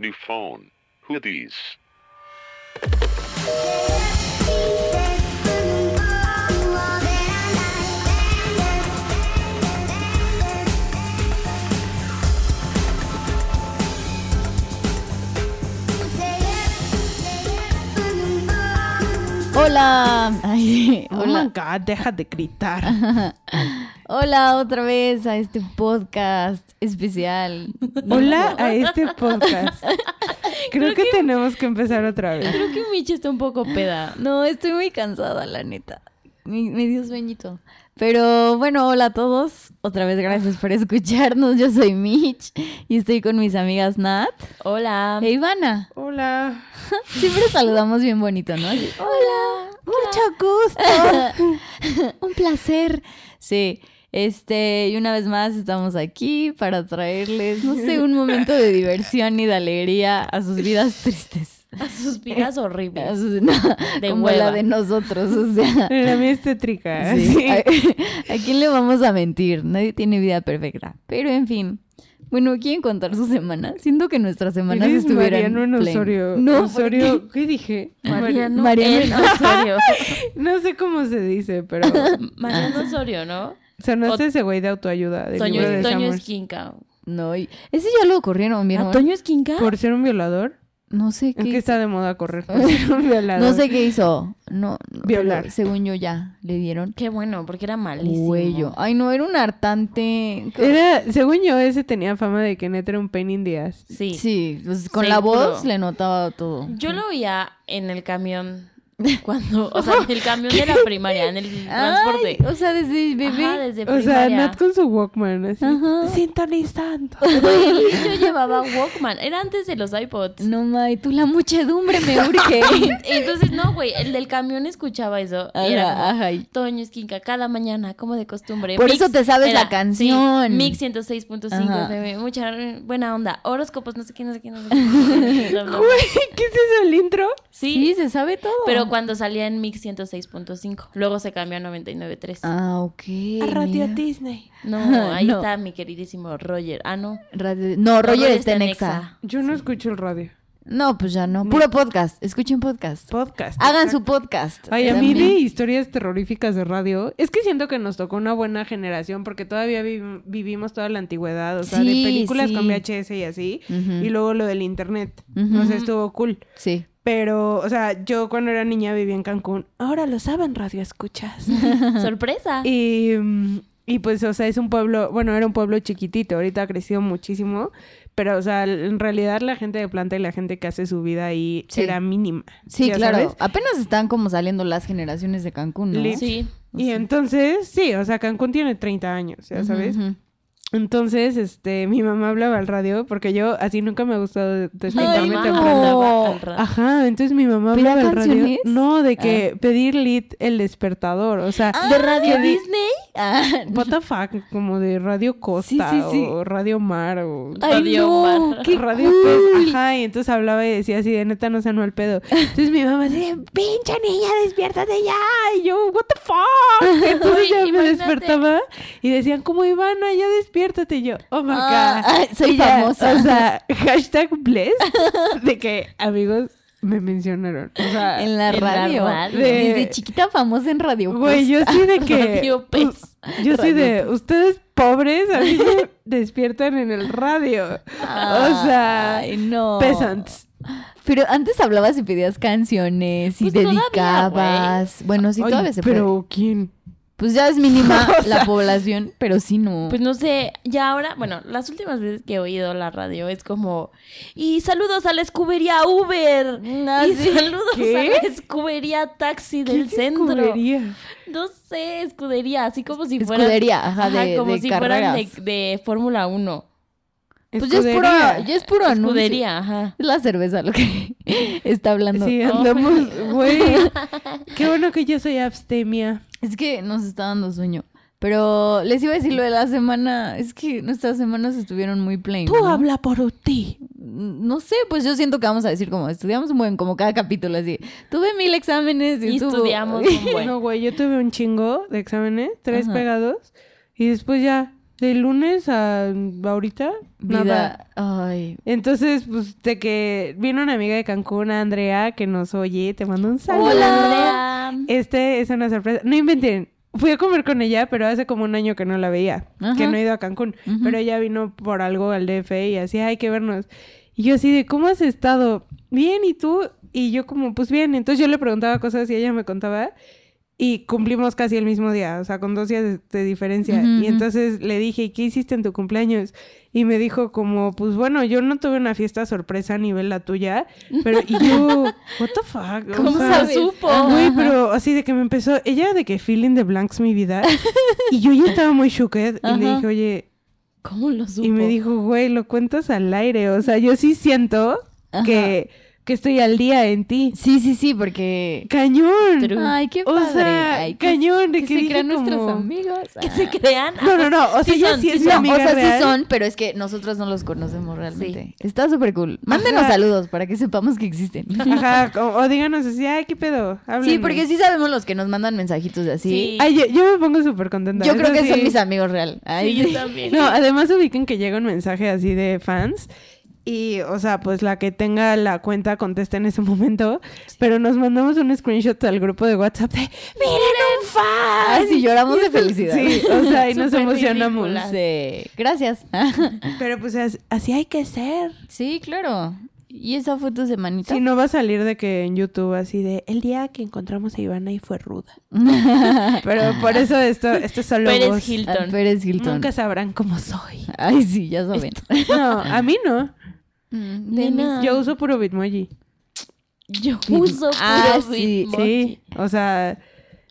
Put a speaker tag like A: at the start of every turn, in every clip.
A: New phone. Who these?
B: Hola. Ay,
C: Oh my
B: hola.
C: God, deja de gritar.
B: Hola otra vez a este podcast especial.
C: Hola a este podcast. Creo, que, tenemos que empezar otra vez.
B: Creo que Michi está un poco peda. No, estoy muy cansada, la neta. Me, me dio sueñito. Pero bueno, hola a todos. Otra vez gracias por escucharnos. Yo soy Mitch y estoy con mis amigas Nat
D: Hola.
B: e Ivana.
C: Hola.
B: Siempre saludamos bien bonito, ¿no? Así, hola.
C: Mucho gusto.
B: Un placer. Sí. Este, y una vez más estamos aquí para traerles, no sé, un momento de diversión y de alegría a sus vidas tristes.
D: A suspiras
B: A
D: horribles.
B: sus- no,
D: De
B: como
D: hueva.
B: la de nosotros, o sea.
C: La mía es tétrica.
B: sí.
C: Sí.
B: ¿A, a quién le vamos a mentir? Nadie tiene vida perfecta. Pero en fin. Bueno, ¿quieren contar su semana? Siento que nuestras semanas
C: Eres
B: estuvieran.
C: Mariano
B: plain.
C: Osorio.
B: No,
C: Osorio. ¿Qué dije?
D: Mariano,
B: Mariano-
D: Mariano Osorio.
C: Mari- No sé cómo se dice, pero
D: Mariano Osorio, ¿no?
C: sonaste
D: O-
C: ese güey de autoayuda. Del
D: Toño,
C: libro de
D: Toño
C: Summers.
D: Esquinca.
B: no, y- ese ya lo corrieron, ¿vieron?
D: ¿A Toño Esquinca?
C: ¿Por ser un violador?
B: No sé
C: Es
B: qué.
C: que está de moda correr por ser un violador.
B: No sé qué hizo. No, no,
C: Violar.
B: pero según yo ya le dieron
D: Qué bueno, porque era malísimo.
B: cuello. Ay, no, era un hartante.
C: Era, según yo, ese tenía fama de que neta era un Penny Díaz.
D: Sí.
B: Sí, pues, con la
D: Seguro.
B: voz le notaba todo.
D: Yo lo oía en el camión cuando, o sea, en el camión de la primaria, en el
B: Ay,
D: transporte.
B: o sea, desde bebé.
D: Ajá, desde
C: O sea,
D: primaria.
C: Nat con su Walkman, así.
B: Ajá.
C: Sintonizando.
D: Güey, yo llevaba Walkman, era antes de los iPods.
B: No, ma, y tú la muchedumbre me urge.
D: Entonces, no, güey, el del camión escuchaba eso. y era como,
B: Ajá, ajá, y-
D: Toño Esquinca cada mañana, como de costumbre.
B: Por eso te sabes la canción.
D: sí, Mix 106.5
B: Ajá.
D: FM. Mucha buena onda. Horóscopos, no sé qué, no sé qué, no sé qué. Bla, bla, bla.
C: Güey, ¿qué es eso, el intro?
D: sí,
B: Sí, se sabe todo.
D: pero cuando salía en Mix 106.5. Luego se cambió a 99.3.
B: Ah, ok. mira.
C: Disney.
D: No, ahí
B: No.
D: está mi queridísimo Roger. Ah, no.
B: Radio- No, Roger, está en Exa.
C: Yo no escucho el radio.
B: No, pues ya no. Puro podcast. Escuchen podcast.
C: Podcast.
B: Hagan su podcast.
C: Ay, a mí
B: También.
C: de historias terroríficas de radio. Es que siento que nos tocó una buena generación porque todavía vivi- vivimos toda la antigüedad, o sea,
B: Sí,
C: de películas
B: sí.
C: con VHS y así.
B: Ujú.
C: Y luego lo del internet.
B: Ujú.
C: O sea, estuvo cool.
B: Sí.
C: Pero, o sea, yo cuando era niña vivía en Cancún. Ahora lo saben, radio escuchas.
D: Sorpresa.
C: Y, mm, y, pues, o sea, es un pueblo, bueno, era un pueblo chiquitito, ahorita ha crecido muchísimo, pero, o sea, en realidad la gente de planta y la gente que hace su vida ahí
B: Sí.
C: era mínima.
B: Sí,
C: ¿ya
B: claro.
C: sabes?
B: Apenas están como saliendo las generaciones de Cancún, ¿no?
C: Lit.
D: Sí.
C: Y entonces, sí, o sea, Cancún tiene 30 años, ya sabes.
B: Ujú, ujú.
C: Entonces, este, mi mamá hablaba al radio porque yo así nunca me ha gustado de-
B: Ay,
C: despertarme
B: no.
C: temprano.
D: Al rato.
C: Ajá, entonces mi mamá
B: ¿Pedía
C: hablaba al radio.
B: canciones? Ah.
C: No, de que pedir lit el despertador, o sea,
D: ¿De Radio
C: que di-
D: Disney?
B: Ah,
C: What the fuck, como de Radio Costa
B: Sí, Ah, sí, sí.
C: o Radio Mar o
B: Ay,
D: Radio
B: no,
D: Mar.
B: qué
C: Radio
B: cool.
C: Pez. Ajá, y entonces hablaba y decía así de neta no se al pedo. Entonces mi mamá decía, pincha niña, despiértate ya. Y yo, what the fuck. Entonces
D: Uy,
C: ya me
D: imagínate.
C: despertaba y decían, como Ivana, ya despiértate. Y yo, oh my
B: Ah,
C: god.
B: ah, soy
C: O sea,
B: famosa.
C: O sea, hashtag blessed de que amigos me mencionaron. O sea,
B: En la
D: En la
B: radio.
D: radio.
C: De-
B: Desde chiquita famosa en radio.
C: Güey, yo
B: Costa.
C: sí de que.
D: Radio Pez.
C: u- Yo sí de. Ustedes pobres a mí me despiertan en el radio.
D: Ah,
C: o sea.
B: Ay, no.
C: Peasants.
B: Pero antes hablabas y pedías canciones y
D: Pues todavía,
B: dedicabas. bueno, sí,
C: Ay,
B: todavía se puede.
C: Pero ¿quién?
B: Pues ya es mínima
C: O sea-
B: la población, pero sí no.
D: Pues no sé, ya ahora, bueno, las últimas veces que he oído la radio es como, y saludos a la escudería Uber,
B: No,
D: y
B: sí.
D: saludos
C: ¿Qué?
D: a la escudería Taxi
C: ¿Quién
D: del
C: se
D: centro.
C: cubriría?
D: No sé, escudería, así como si fueran...
B: Escudería, ajá, de,
D: como
B: de
D: si
B: carreras.
D: fueran de, de Fórmula 1.
B: Pues ya es puro,
C: Escudería.
B: ya es puro anuncio.
D: Escudería, ajá.
B: Es la cerveza lo que está hablando.
C: Sí, andamos, güey. Qué bueno que yo soy abstemia.
B: Es que nos está dando sueño. Pero les iba a decir lo de la semana. Es que nuestras semanas estuvieron muy plain. ¿no?
C: habla por ti.
B: No sé, pues yo siento que vamos a decir como estudiamos un buen, como cada capítulo así. Tuve mil exámenes y,
D: Y
B: estuvo-
D: estudiamos un buen.
C: No, güey, yo tuve un chingo de exámenes, tres
B: Ajá.
C: pegados, y después ya De lunes a ahorita,
B: Vida.
C: nada.
B: Ay.
C: Entonces, pues, de que vino una amiga de Cancún, Andrea, que nos oye, te mando un saludo.
D: Hola, Andrea.
C: Este es una sorpresa. No inventen. Fui a comer con ella, pero hace como un año que no la veía,
B: Ajá.
C: que no he ido a Cancún.
B: Ujú.
C: Pero ella vino por algo al DF y así, hay que vernos. Y yo así de, ¿cómo has estado? Bien, ¿y tú? Y yo como, pues bien. Entonces yo le preguntaba cosas y ella me contaba. Y cumplimos casi el mismo día, o sea, con dos días de, de diferencia.
B: Ujú, ujú.
C: Y entonces le dije, ¿y qué hiciste en tu cumpleaños? Y me dijo como, pues bueno, yo no tuve una fiesta sorpresa a nivel la tuya, pero y yo, what the fuck? O
D: ¿Cómo
C: sea,
D: sabes? supo.
B: Ajá,
C: Ah, Güey,
B: ajá.
C: pero así de que me empezó, ella de que feeling de blanks mi vida. Y yo ya estaba muy shooked y le
B: Ajá.
C: dije, oye,
D: ¿Cómo lo supo?
C: y me dijo, güey, lo cuentas al aire. O sea, yo sí siento
B: Ajá.
C: que, que estoy al día en ti.
B: Sí, sí, sí, porque.
C: Cañón.
D: True.
B: Ay, qué
C: O
B: padre.
C: sea,
B: Ay, que-
C: cañón, de
B: Que,
C: que
B: se
C: dije
B: crean nuestros
C: como-
B: amigos.
D: que
B: Ah.
D: se crean.
C: No, no, no. O sea,
D: Sí
C: ella
D: son,
C: sí es
D: sí
C: mi
D: son.
B: No,
C: amiga
B: o sea,
C: real.
B: sí son, pero es que nosotros no los conocemos realmente. Está súper cool. Mándenos
C: Ajá.
B: saludos para que sepamos que existen.
C: Ajá, o, o díganos así, ay, qué pedo.
B: Sí,
C: háblenme".
B: porque sí sabemos los que nos mandan mensajitos de así.
D: Sí.
C: Ay, yo, yo me pongo súper contenta.
B: Yo creo
C: eso
B: que son
C: sí.
B: mis amigos real. Ay,
D: Sí, Ah, yo
B: sí.
D: también.
C: No, además ubiquen que llega un mensaje así de fans. Y, o sea, pues la que tenga la cuenta contesta en ese momento. Pero nos mandamos un screenshot al grupo de WhatsApp de
D: ¡Miren un fan!
B: Ah, sí, lloramos de felicidad.
C: Sí, o sea, y nos
D: Súper
C: emocionamos.
D: ridícula.
B: Sí. Gracias.
C: Pero pues as- así hay que ser.
B: Sí, claro. ¿Y esa fue tu semanita?
C: Si no va a salir de que en YouTube así de el día que encontramos a Ivana y fue ruda. Pero por eso esto, esto es solo
D: Pérez
C: vos.
D: Gil.
B: Ah, Pérez Hilton.
C: Nunca sabrán cómo soy.
B: Ay, sí, ya saben.
C: No, a mí no.
B: Mm,
D: Nena.
B: Denise.
C: Yo uso puro Bitmoji.
D: Yo uso
B: Ah,
D: puro
B: sí,
D: Bitmoji.
C: Sí, o sea,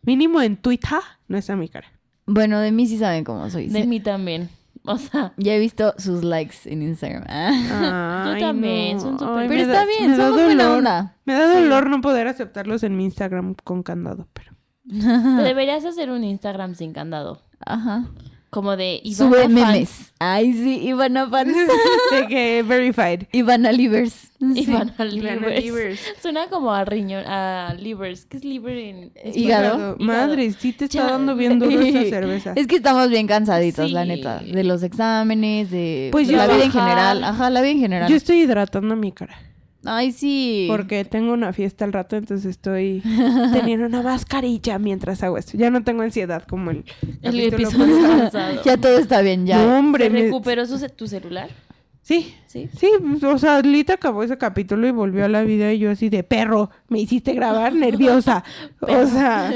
C: mínimo en Twitter no está mi cara.
B: Bueno, de mí sí saben cómo soy.
D: De
B: sí.
D: mí también. O sea,
B: Ya he visto sus likes en Instagram. Ah.
C: Ay,
D: también,
C: no.
D: son súper
C: Ay,
B: Pero
C: me
B: está
C: da-
B: bien,
C: me da
B: somos buena
C: dolor.
B: onda.
C: Me da dolor no poder aceptarlos en mi Instagram con candado, pero...
D: te deberías hacer un Instagram sin candado.
B: Ajá.
D: Como de Ivana
B: Sube
D: Fans.
B: memes. Ay, sí, Ivana Fans.
C: De que verified.
B: Ivana Livers. Sí.
D: Ivana
C: Ivana
D: Livers.
C: Livers.
D: Suena como a riñón, a livers. ¿Qué es liver en
B: Hígado.
C: Madre, sí te está
D: Ya.
C: dando bien duro esa cerveza.
B: Es que estamos bien cansaditos, la
D: Sí.
B: neta. De los exámenes, de
C: Pues
B: la
C: yo-
B: vida en
D: Trabajar.
B: general. Ajá, la vida en general.
C: Yo estoy hidratando mi cara.
B: Ay, sí.
C: Porque tengo una fiesta al rato, entonces estoy teniendo una mascarilla mientras hago esto. Ya no tengo ansiedad como el,
D: El
C: capítulo
D: episodio
C: pasado.
D: pasado.
B: Ya todo está bien, ya.
C: No, hombre.
D: ¿Se
C: me-
D: recuperó su ce- tu celular?
C: Sí,
D: Sí.
C: sí. O sea, Lita acabó ese capítulo y volvió a la vida y yo así de perro, me hiciste grabar nerviosa. o sea,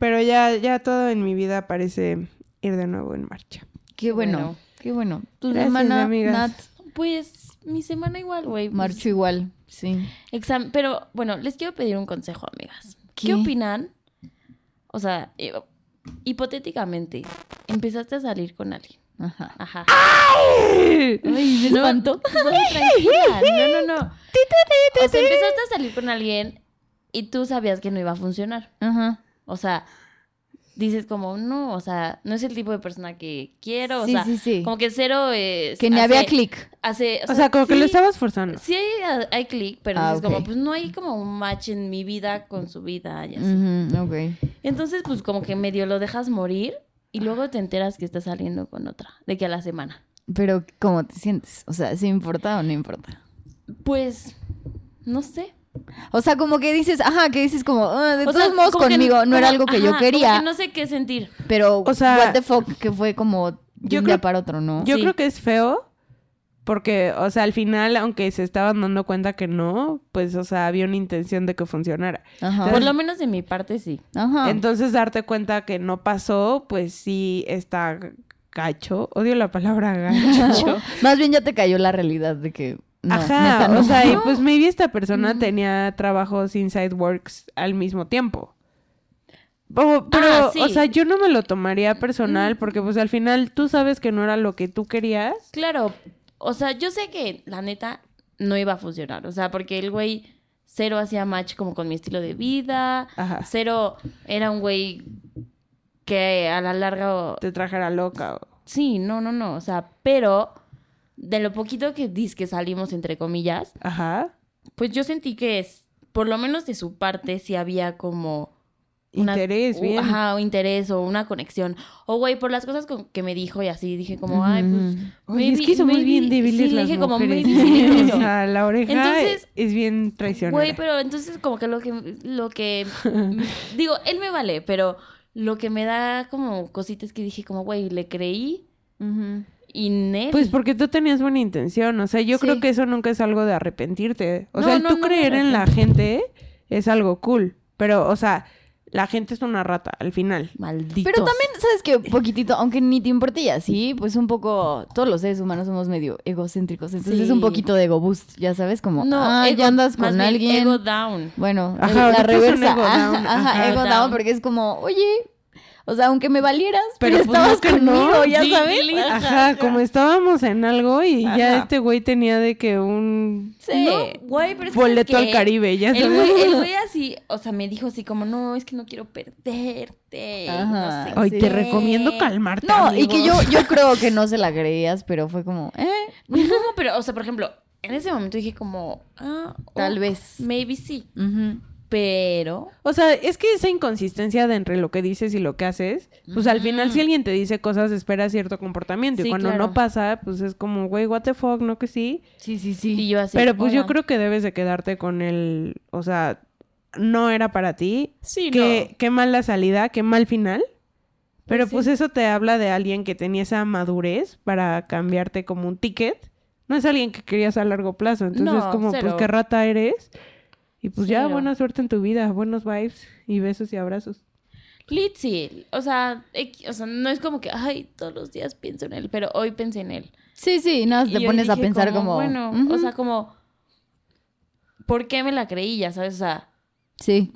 C: pero ya, ya todo en mi vida parece ir de nuevo en marcha.
B: Qué bueno,
D: Bueno.
B: qué bueno. Tu
C: Gracias,
B: semana,
C: amigas.
B: Nat,
D: Pues mi semana igual, güey. Pues,
B: marcho igual, sí.
D: exam- Pero bueno, les quiero pedir un consejo, amigas. ¿Qué,
B: ¿Qué?
D: opinan? O sea, eh, hipotéticamente, empezaste a salir con alguien.
B: Ajá.
D: Ajá.
B: ¡Ah! Ay, me
D: No,
B: espantó.
D: güey, tranquila. No, no, no. O sea, empezaste a salir con alguien y tú sabías que no iba a funcionar.
B: Ajá.
D: O sea, dices como, no, o sea, no es el tipo de persona que quiero. O
B: Sí,
D: sea,
B: sí, sí.
D: como que cero es.
B: Que ni
D: hace-
B: había clic.
D: Hace,
C: O sea, como que
D: sí,
C: lo estabas forzando.
D: Sí hay, hay clic, pero
B: Ah,
D: dices
B: ok.
D: como, pues no hay como un match en mi vida con su vida y así.
B: Ujú, ok.
D: Entonces, pues como que medio lo dejas morir y luego te enteras que estás saliendo con otra, de que a la semana.
B: Pero, ¿cómo te sientes? O sea, ¿sí importa o no importa?
D: Pues, no sé.
B: O sea, como que dices, ajá, que dices como, ah, de
D: O
B: todos
D: sea,
B: modos
D: como que
B: conmigo no era
D: como-
B: algo que yo
D: ajá, como
B: quería,
D: que no sé qué sentir.
B: pero,
C: O sea,
B: what the fuck, que fue como de
C: yo
B: un día
C: creo-
B: para otro, ¿no?
C: Yo
D: Sí.
C: creo que es feo porque, o sea, al final, aunque se estaban dando cuenta que no, pues, o sea, había una intención de que funcionara.
B: Ajá.
D: Por lo menos de mi parte sí.
B: Ajá.
C: Entonces, darte cuenta que no pasó, pues sí está gacho. Odio la palabra gacho.
B: Más bien ya te cayó la realidad de que. No,
C: Ajá,
B: neta, no.
C: o sea, y pues maybe esta persona tenía trabajos inside works al mismo tiempo. O- pero,
D: Ah, sí.
C: o sea, yo no me lo tomaría personal porque, pues, al final tú sabes que no era lo que tú querías.
D: Claro, o sea, yo sé que la neta no iba a funcionar, o sea, porque el güey cero hacía match como con mi estilo de vida,
B: Ah.
C: Ajá.
D: cero era un güey que a la larga o-
C: Te trajera loca o...
D: sí, no, no, no, o sea, pero de lo poquito que dis que salimos entre comillas,
C: Ajá.
D: pues yo sentí que es por lo menos de su parte sí había como una-
C: Interés,
D: u-
C: bien.
D: Ajá, un interés o una conexión. O, güey, por las cosas con- que me dijo y así, dije como, ay, pues...
C: Oye, es que somos
D: maybe-
C: bien débiles
D: sí,
C: las
D: dije como,
C: mujeres.
D: maybe sí le
C: o
D: hizo.
C: sea, la oreja
D: Entonces-
C: es bien traicionera.
D: Güey, pero entonces como que lo que lo que digo, él me vale, pero lo que me da como cositas que dije como, güey, le creí y neta.
C: Pues porque tú tenías buena intención. O sea, yo
D: Sí.
C: creo que eso nunca es algo de arrepentirte. O
D: No,
C: sea, el
D: no,
C: tú
D: no me
C: creer en la gente es algo cool. Pero, o sea, la gente es una rata al final.
D: maldito.
B: Pero también, ¿sabes qué? Poquitito, aunque ni te importe y así, pues un poco, todos los seres humanos somos medio egocéntricos, entonces
D: Sí.
B: es un poquito de ego boost, ya sabes, como,
D: no,
B: ah,
D: ego-
B: ya andas
D: más
B: con
D: bien
B: alguien.
D: ego down.
B: Bueno,
C: Ajá,
B: el- la
C: ahorita es un
B: reversa.
C: ego
B: ajá,
C: down.
B: ajá, ego
D: Ego
B: down,
D: down.
B: porque es como, oye, o sea, aunque me valieras, pero,
C: Pero pues
B: estabas
C: no que no,
B: conmigo, ya
D: sí,
B: sabes.
D: li-
B: Ah,
C: Ajá, como estábamos en algo y ya
B: Ajá.
C: este güey tenía de que un
B: Sí.
D: No, güey, pero es que
C: boleto
D: ¿sabes
C: al
D: qué?
C: Caribe, ya
D: El
C: sabes.
D: güey, el güey así, o sea, me dijo así como, no, es que no quiero perderte.
B: Ajá.
D: No sé
C: Ay,
B: Sí.
C: te
D: qué".
C: recomiendo calmarte.
B: No, y
C: amigo.
B: que yo, yo creo que no se la creías, pero fue como, eh,
D: No, pero, o sea, por ejemplo, en ese momento dije como, ah,
B: tal
D: ok,
B: vez.
D: Maybe sí,
B: oh, Ujú.
D: pero...
C: O sea, es que esa inconsistencia de entre lo que dices y lo que haces, pues al final
D: Ujú.
C: si alguien te dice cosas espera cierto comportamiento y
D: Sí,
C: cuando
D: claro.
C: no pasa, pues es como, güey, what the fuck, no que sí.
B: Sí, sí, sí.
D: Y yo así,
C: Pero pues yo
D: hola.
C: creo que debes de quedarte con el, o sea, no era para ti.
D: Sí,
C: Qué,
D: no.
C: qué mala salida, qué mal final. Pero
D: Pues sí.
C: pues eso te habla de alguien que tenía esa madurez para cambiarte como un ticket. No es alguien que querías a largo plazo. Entonces,
D: No,
C: como, pues
D: cero.
C: qué rata eres. Y pues ya,
D: Cero.
C: buena suerte en tu vida, buenos vibes y besos y abrazos.
D: Litzy, o sea, equ- o sea, no es como que, ay, todos los días pienso en él, pero hoy pensé en él.
B: Sí, sí, nada,
D: Y
B: Ah, te
D: hoy
B: pones a
D: dije
B: pensar como,
D: Bueno,
B: ujú,
D: o sea, como... ¿Por qué me la creí? Ya sabes, o sea,
B: sí.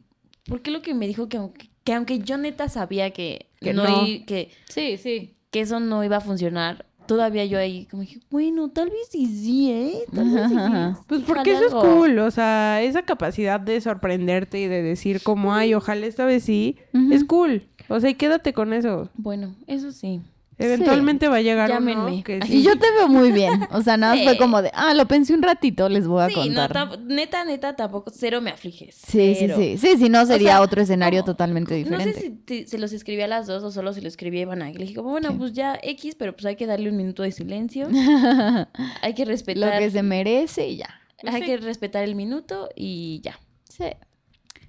D: ¿por qué lo que me dijo que aunque, que aunque yo neta sabía que,
C: Que
D: no,
C: no.
D: i- que,
B: Sí, sí.
D: que eso no iba a funcionar, todavía yo ahí como dije, bueno, tal vez sí, sí, ¿eh? Tal vez sí, sí.
B: Ajá.
C: Pues porque eso
D: Ojalá
C: es
D: algo.
C: cool, o sea, esa capacidad de sorprenderte y de decir como, ay, ojalá esta vez sí,
B: Ujú.
C: es cool. O sea, y quédate con eso.
D: Bueno, eso sí.
C: Eventualmente va a llegar uno
D: Llámenme.
C: que
D: Ay,
C: sí.
B: Y yo te veo muy bien. O sea, nada más
D: Sí.
B: fue como de, ah, lo pensé un ratito, les voy a
D: sí, no,
B: contar.
D: tamp- neta, neta, tampoco, cero me aflige.
B: sí, sí,
D: cero.
B: sí. Sí, si no sería
D: sea,
B: otro escenario
D: como-
B: totalmente diferente.
D: No sé si te- se los escribí a las dos o solo se los escribí a Ivana. Le dije, como, bueno,
B: Sí.
D: pues ya X, pero pues hay que darle un minuto de silencio. hay que
B: lo
D: respetar.
B: que se merece y ya.
D: Hay que respetar el minuto y ya.
B: Sí.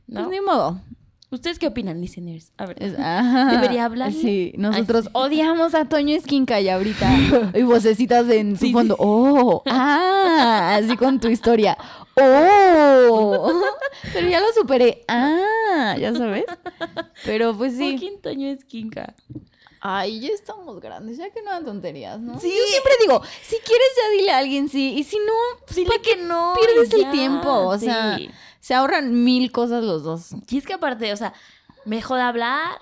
D: ¿no?
B: Pues ni modo.
D: ¿Ustedes qué opinan, listeners? A ver.
B: Es- ajá.
D: Debería hablarle.
B: Sí, nosotros
D: Ay.
B: odiamos a Toño Esquincay ahorita. Y vocecitas en su fondo. Oh, ah, así con tu historia. Oh, pero ya lo superé. Ah, ya sabes. Pero pues sí.
D: ¿Quién Toño es Quinca?
B: Ay, ya estamos grandes, ya que no hagan tonterías, ¿no? Yo siempre digo, si quieres ya dile a alguien sí, y si no, pues, ¿para
D: Dile
B: qué
D: que no.
B: pierdes
D: y
B: el
D: ya,
B: tiempo? O sea,
D: sí.
B: se ahorran mil cosas los dos.
D: Y es que aparte, o sea, me joda hablar.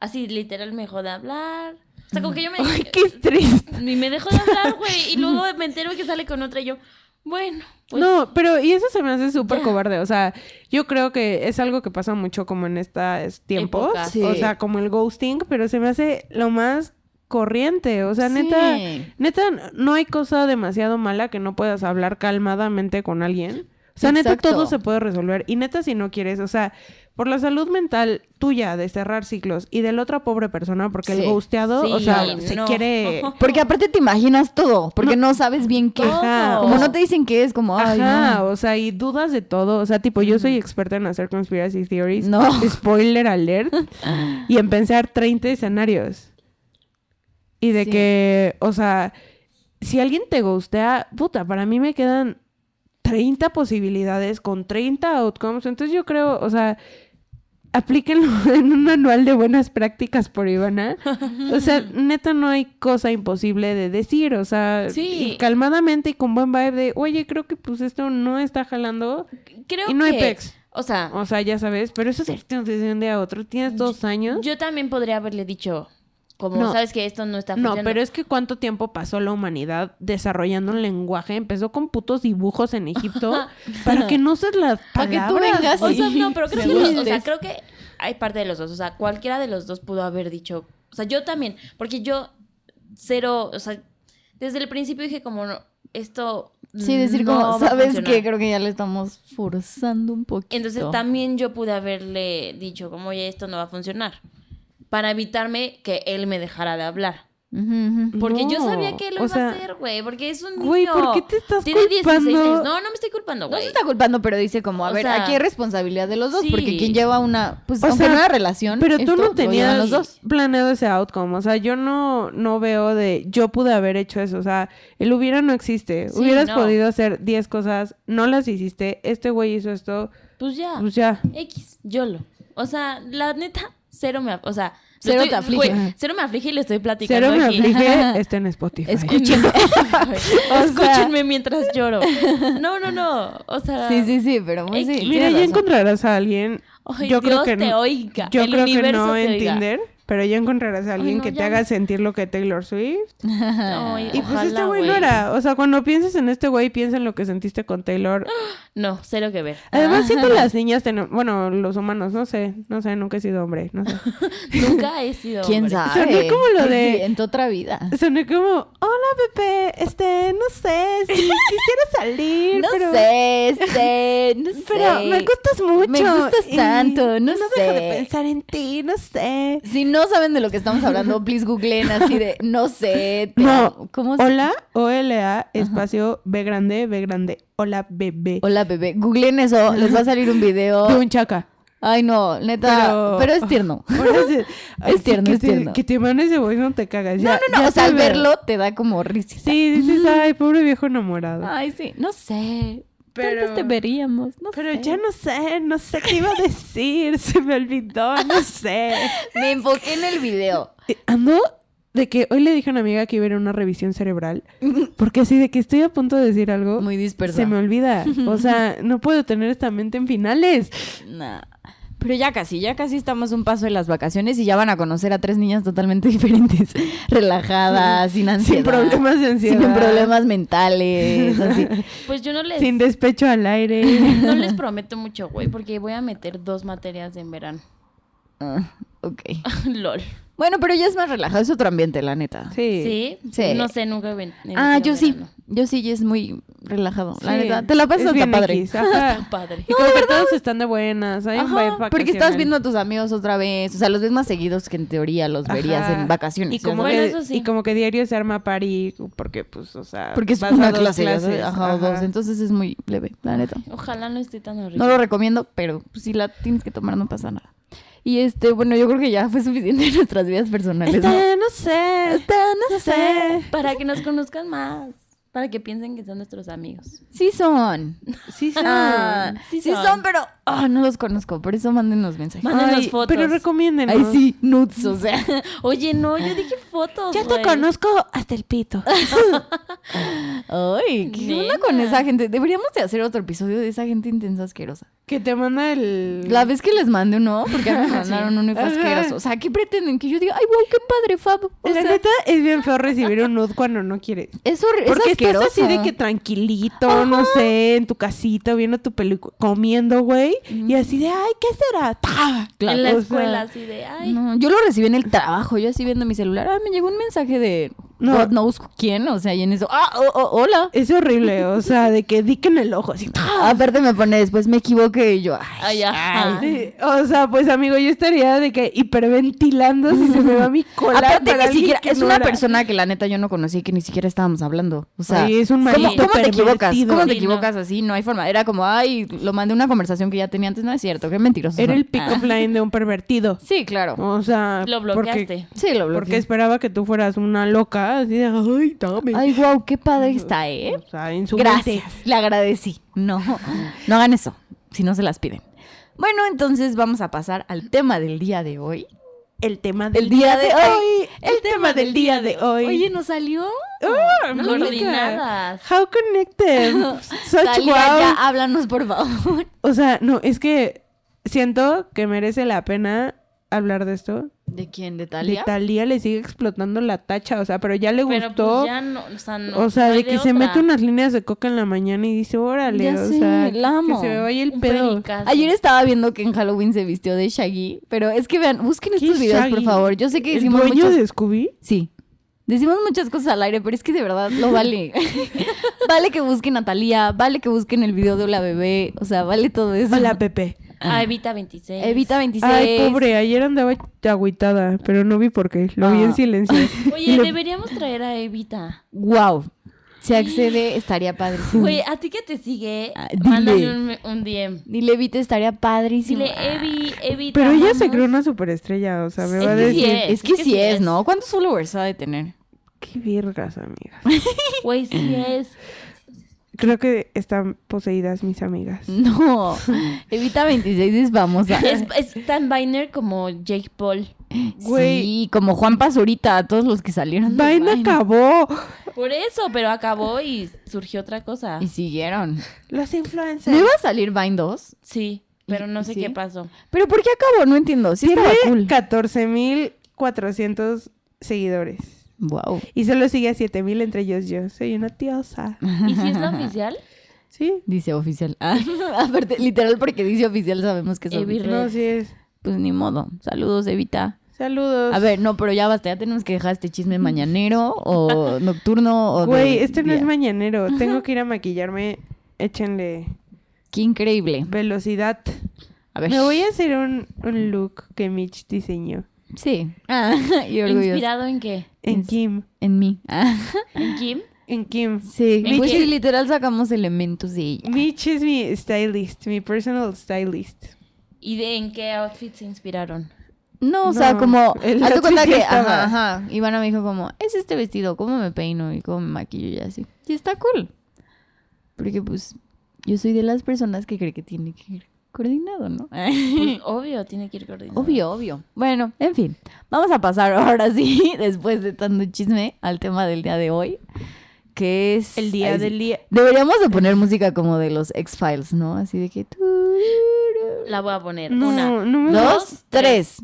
D: Así, literal, me joda hablar. O sea, como que yo me.
C: Ay, qué triste.
D: Ni me dejó de hablar, güey. Y luego me entero que sale con otra y yo, bueno, pues.
C: no, pero y eso se me hace súper
D: Ya.
C: cobarde. O sea, yo creo que es algo que pasa mucho como en estos tiempos.
D: Época.
B: Sí.
C: O sea, como el ghosting, pero se me hace lo más corriente. O sea,
B: Sí.
C: neta, neta, no hay cosa demasiado mala que no puedas hablar calmadamente con alguien. O sea, neta,
B: Exacto.
C: todo se puede resolver. Y neta, si no quieres, o sea, por la salud mental tuya de cerrar ciclos y de la otra pobre persona, porque
B: Sí.
C: el ghosteado, o
D: Sí,
C: sea,
D: no.
C: se quiere.
B: Porque aparte te imaginas todo, porque no, sabes bien qué.
C: Ajá,
B: Como
C: o-
B: no te dicen qué es, como, ay,
C: Ajá,
B: no.
C: o sea, y dudas de todo. O sea, tipo, yo soy experta en hacer conspiracy theories.
B: No.
C: Spoiler alert. y en pensar 30 escenarios. Y de
B: Sí.
C: que, o sea, si alguien te gustea, puta, para mí me quedan 30 posibilidades con 30 outcomes. Entonces yo creo, o sea, aplíquenlo en un manual de buenas prácticas por Ivana. O sea, neta no hay cosa imposible de decir, o sea,
D: Sí.
C: y calmadamente y con buen vibe de, oye, creo que pues esto no está jalando.
D: creo
C: y no
D: que.
C: hay pex.
D: O sea,
C: O sea, ya sabes, pero eso es de un día a otro. Tienes dos años.
D: yo también podría haberle dicho, como,
C: No.
D: sabes que esto no está
C: No,
D: funcionando.
C: pero es que cuánto tiempo pasó la humanidad desarrollando un lenguaje. Empezó con putos dibujos en Egipto para que no uses las
B: Para que tú
C: palabras,
B: vengas
D: O
C: güey.
D: sea,
B: Sí,
D: no, pero creo que,
B: seguro.
D: los- o sea, creo que hay parte de los dos. O sea, cualquiera de los dos pudo haber dicho. O sea, yo también. Porque yo, cero. O sea, desde el principio dije, como, no, esto
B: Sí, decir
D: no va
B: como,
D: a
B: ¿sabes
D: funcionar".
B: qué? Creo que ya le estamos forzando un poquito.
D: Entonces también yo pude haberle dicho como, oye, esto no va a funcionar. Para evitarme que él me dejara de hablar.
B: Ujú, ujú.
D: Porque yo
C: No,
D: sabía que él lo
C: o
D: iba
C: sea,
D: a hacer, güey. Porque es un niño.
C: Güey, ¿por qué te estás
D: Tiene 16
C: culpando?
D: años. No, no me estoy culpando,
B: No se
D: güey.
B: está culpando, pero dice como, a
D: O
B: ver,
D: sea,
B: aquí hay responsabilidad de los dos,
D: sí.
B: porque quien lleva una, pues,
C: O
B: aunque
C: sea,
B: no era relación,
C: Pero tú
B: esto
C: no
B: lo llevan
C: tenías
B: los dos.
C: planeado ese outcome. O sea, yo no, no veo de. Yo pude haber hecho eso. O sea, el hubiera no existe.
D: Sí,
C: Hubieras
D: no.
C: podido hacer 10 cosas, no las hiciste. Este güey hizo esto.
D: Pues ya.
C: Pues ya.
D: X, YOLO. O sea, la neta, cero me... af- O sea... lo
B: Cero te aflige.
D: güey, cero me aflige y le estoy platicando
C: Cero me
D: aquí.
C: aflige. Está en Spotify.
B: Escúchenme.
D: Escúchenme mientras lloro. No, no, no. O sea...
B: Sí, sí, sí, pero muy sí.
D: X.
C: Mira,
B: tienes
C: ya
B: razón.
C: encontrarás a alguien.
D: Ay,
C: yo creo
D: Dios
C: que
D: te
C: no.
D: oiga.
C: Yo
D: El
C: creo que
D: universo
C: no
D: te
C: en
D: oiga.
C: Tinder, pero ya encontrarás a alguien
D: no,
C: que te
D: ya
C: haga
D: no.
C: sentir lo que Taylor Swift.
D: Ay,
C: Y pues este
D: ojalá,
C: güey no era. O sea, cuando pienses en este güey, piensa en lo que sentiste con Taylor.
D: No, cero que ver.
C: Además, siento las niñas tenemos, bueno, los humanos, no sé, no sé, nunca he sido hombre, no sé.
D: Nunca he sido
B: ¿Quién
D: hombre.
B: sabe?
C: Soné como lo de-
B: En tu otra vida.
C: Soné como, hola Pepe, este, no sé, si quisiera salir,
B: No
C: pero...
B: sé, este, no sé.
C: Pero me gustas mucho.
B: Me gustas
C: y
B: tanto, no
C: dejo de
B: sé.
C: pensar en ti, no sé.
B: Si no saben de lo que estamos hablando, please googleen así de, no sé. te amo.
C: No,
B: ¿Cómo se-
C: hola, O-L-A, espacio, B grande, B grande, hola bebé.
B: Hola, bebé. Googleen eso, les va a salir un video.
C: De un chaca.
B: Ay, no, neta.
C: Pero-
B: Pero, es tierno.
C: Ahora sí- ay, sí,
B: tierno,
C: que
B: es
C: te-
B: tierno.
C: Que te mande ese voice no te cagas.
B: No,
C: ya-
B: no, no.
C: ya
B: O sea,
C: te
B: al
C: veo.
B: verlo te da como risa.
C: Sí, dices, ay, pobre viejo enamorado.
B: Ay, sí. No sé.
C: Pero-
B: Tal vez te veríamos. No
C: Pero
B: sé.
C: ya Ah, no sé, no sé qué iba a decir, se me olvidó, no sé.
B: Me enfoqué en el video.
C: Eh, Ando de que hoy le dije a una amiga que iba a ir a una revisión cerebral, porque así de que estoy a punto de decir algo,
B: Muy dispersa.
C: se me olvida. O sea, no puedo tener esta mente en finales.
B: Nah. Pero ya casi, ya casi estamos un paso de las vacaciones y ya van a conocer a tres niñas totalmente diferentes, relajadas, sin ansiedad.
C: Sin problemas de ansiedad.
B: Sin problemas mentales, así.
D: Pues yo no les,
C: Sin despecho al aire.
D: no les prometo mucho, güey, porque voy a meter dos materias en verano.
B: Ah, ok.
D: LOL.
B: Bueno, pero ya es más relajado, es otro ambiente, la neta.
C: Sí.
D: ¿Sí?
B: Sí.
D: No sé, nunca he ven- he
B: Ah,
D: metido
B: yo sí,
D: verano.
B: yo sí, ya es muy relajado, la
C: Sí.
B: neta. Te la
C: Es
B: pasas
C: bien
B: tan padre.
C: X, ajá.
D: Padre.
C: Y como que todos están de buenas, hay un
B: Ajá,
C: vibe
B: porque
C: vacacional.
B: estás viendo a tus amigos otra vez, o sea, los ves más seguidos que en teoría los verías
C: Ajá.
B: en vacaciones.
C: Y
B: ya
C: como,
B: sabes.
D: Bueno,
C: que,
D: eso sí.
C: y como que diario se arma party, porque pues, o sea...
B: porque es
C: vas a
B: una
C: dos
B: clase, ya
C: clases,
B: sabes, ajá, o dos, entonces es muy leve, la neta.
D: Ojalá no esté tan horrible.
B: No lo recomiendo, pero pues, si la tienes que tomar no pasa nada. Y este, bueno, yo creo que ya fue suficiente de nuestras vidas personales. ¿no?
C: Está, no sé, está, no sé.
D: Eh, Para que nos conozcan más. Para que piensen que son nuestros amigos.
B: Sí son.
C: Sí, Mm, sí.
B: Ah,
D: sí
B: sí,
D: son.
B: son. pero ah, no los conozco, por eso mándenos mensajes.
D: Mándenos fotos.
C: Pero recomiéndenos.
B: Ay, sí, nudes, o sea.
D: Oye, no, yo dije fotos.
C: Ya te
D: güey.
C: conozco hasta el pito.
B: Ay, ¿qué onda con
D: Nena.
B: esa gente? Deberíamos de hacer otro episodio de esa gente intensa asquerosa.
C: que te manda el...
B: La vez que les mandé uno, porque a mí me mandaron uno y fue
C: Ajá.
B: asqueroso. O sea, ¿qué pretenden? Que yo diga, ay, wow, qué padre, Fab. O
C: La
B: sea,
C: neta es bien feo recibir un nude cuando no quieres.
B: es, horri- es
C: Porque estás
B: asqueroso.
C: así de que tranquilito, no sé, en tu casita, viendo tu película, comiendo, güey. Y así de, ay, ¿qué será? ¡Ta!
D: En la
C: O sea,
D: escuela, así de, ay,
B: No, yo lo recibí en el trabajo, yo así viendo mi celular. Ah, me llegó un mensaje de
C: No.
B: God knows quién, o sea, y en eso, ah, oh, oh, hola.
C: Es horrible, o sea, de que di que en el ojo, así. ¡ta!
B: Aparte me pone después, me equivoqué y yo, ay,
D: ay,
B: ah.
D: ajá.
C: Sí, o sea, pues amigo, yo estaría de que hiperventilando si se me va mi cola.
B: Aparte
C: para
B: ni
C: alguien
B: siquiera,
C: que
B: es
C: no
B: una
C: era.
B: persona que la neta yo no conocí, que ni siquiera estábamos hablando. O sea,
C: Oye, es un
B: ¿cómo,
C: maldito
B: cómo te equivocas?
C: pervertido.
B: ¿Cómo te
D: Sí, no.
B: equivocas así? No hay forma. Era como, ay, lo mandé a una conversación que ya tenía antes, no es cierto, qué mentiroso.
C: Era el pick-up
B: Ah.
C: line de un pervertido.
B: Sí, claro.
C: O sea,
D: lo
C: Porque,
D: bloqueaste.
B: Sí, lo bloqueé.
C: porque esperaba que tú fueras una loca, así de, ay, dame.
B: Ay, wow, qué padre está, ¿eh?
C: O sea, en su mente.
B: Gracias, le agradecí. No, no hagan eso, si no se las piden. Bueno, entonces vamos a pasar al tema del día de hoy.
C: El tema del
B: El día de hoy.
C: El tema del día de hoy.
B: Oye, ¿no salió?
C: Oh,
D: No,
C: amiga.
D: coordinadas.
C: How connected. Such
B: Talía,
C: wow.
B: ya háblanos, por favor.
C: O sea, no, es que siento que merece la pena hablar de esto.
B: ¿De quién? ¿De
C: De
B: Talia?
C: Talía le sigue explotando la tacha, o sea, pero ya le
D: Pero
C: gustó.
D: pues ya no, o sea, no.
C: o sea,
D: no hay
C: de que se mete
D: otra.
C: unas líneas de coca en la mañana y dice, órale,
B: Ya
C: o
B: sé,
C: sea,
B: la amo.
C: que se me vaya el
D: Un
C: pedo.
D: pericazo.
B: Ayer estaba viendo que en Halloween se vistió de Shaggy, pero es que vean, busquen
C: ¿Qué
B: estos videos,
C: Shaggy?
B: por favor. Yo sé que
C: ¿El
B: hicimos
C: dueño
B: muchos...
C: de Scooby?
B: Sí. Decimos muchas cosas al aire, pero es que de verdad lo vale. vale que busquen a Talía, vale que busquen el video de Hola Bebé, o sea, vale todo eso.
C: Hola, Pepe.
D: Ah, Evita 26.
B: Evita 26.
C: Ay, pobre, ayer andaba agüitada, pero no vi por qué. Lo vi
B: Ah.
C: en silencio.
D: Oye, deberíamos traer a Evita.
B: Wow. Si accede, estaría padrísimo.
D: Güey, a ti que te sigue,
B: Ah, dile.
D: mándale un, un DM.
B: Dile, Evita, estaría padrísimo.
D: Dile, Evi, Evita.
C: ah, Pero ella se
D: vamos".
C: creó una superestrella, o sea, me va a
D: que sí
C: decir.
B: es, que, sí, es, ¿no? ¿Cuántos followers ha de tener?
C: Qué virgas, amigas.
D: Güey, sí es.
C: Creo que están poseídas mis amigas.
B: Mm, No. Evita 26 es famosa.
D: es. Es tan Biner como Jake Paul.
C: Güey.
B: Sí, como Juan Pazurita, todos los que salieron. de
C: Vaina
B: Vine.
C: acabó.
D: Por eso, pero acabó y surgió otra cosa.
B: Y siguieron.
C: Los
B: ¿No
C: influencers.
B: iba a salir Vine 2?
D: Sí, pero no sé
B: ¿Sí?
D: qué pasó.
B: ¿Pero por qué acabó? No entiendo. Sí estaba
C: Tiene
B: cool.
C: 14.400 seguidores.
B: Wow.
C: Y solo sigue a 7.000 entre ellos yo. Soy una tiosa.
B: Mm.
D: ¿Y si es la oficial?
C: ¿Sí?
B: Dice oficial. Ah, aparte, literal porque dice oficial sabemos que es
D: Evi
B: oficial.
D: Red.
C: No, sí es.
B: Pues ni modo. Saludos, Evita.
C: Saludos.
B: A ver, no, pero ya basta. Ya tenemos que dejar este chisme mañanero o nocturno o de
C: Güey, este no es
B: día.
C: mañanero. Tengo que ir a maquillarme. Échenle
B: Qué increíble.
C: velocidad.
B: A ver.
C: Me voy a hacer un, un look que Mitch diseñó.
B: Sí. Ah, y orgulloso.
D: ¿Inspirado en qué?
C: En
B: Es-
C: Kim.
B: En mí. Ah,
D: ¿En Kim?
C: En Kim.
B: sí.
D: ¿En
B: Pues
D: qué?
B: sí, literal sacamos elementos de ella.
C: Mitch es mi stylist, mi personal stylist.
D: ¿Y de en qué outfit se inspiraron?
B: No, o sea,
C: No,
B: como.
C: el
B: Haz
C: otro
B: tu cuenta
C: día
B: que.
C: estaba-
B: Ajá, ajá. Ivana me dijo, como, es este vestido, ¿cómo me peino y cómo me maquillo y así? Y está cool. Porque, pues, yo soy de las personas que cree que tiene que ir coordinado, ¿no?
D: Pues, obvio, tiene que ir coordinado.
B: obvio, obvio. Bueno, en fin. Vamos a pasar ahora sí, después de tanto chisme, al tema del día de hoy. Que es.
C: El día
B: Ay, sí.
C: del día.
B: Deberíamos de poner música como de los X-Files, ¿no? Así de que...
D: La voy a poner.
C: No,
D: Una.
C: no me
B: Dos, tres.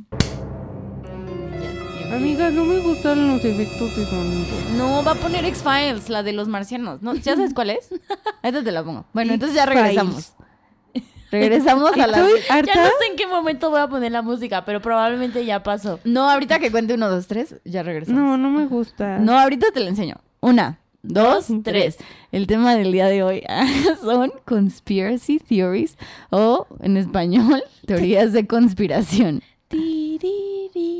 C: Amiga, no me gustan los efectos de sonido.
B: No, va a poner X-Files, la de los marcianos. ¿no? ¿Ya sabes cuál es? Ahorita te la pongo. Bueno, entonces ya regresamos. Regresamos a la...
C: Estoy
D: Ya no
C: harta.
D: sé en qué momento voy a poner la música, pero probablemente ya pasó.
B: No, ahorita que cuente uno, dos, tres, ya regresamos.
C: No, no me gusta.
B: No, ahorita te la enseño. Una, dos, tres. El tema del día de hoy son conspiracy theories o, en español, teorías de conspiración.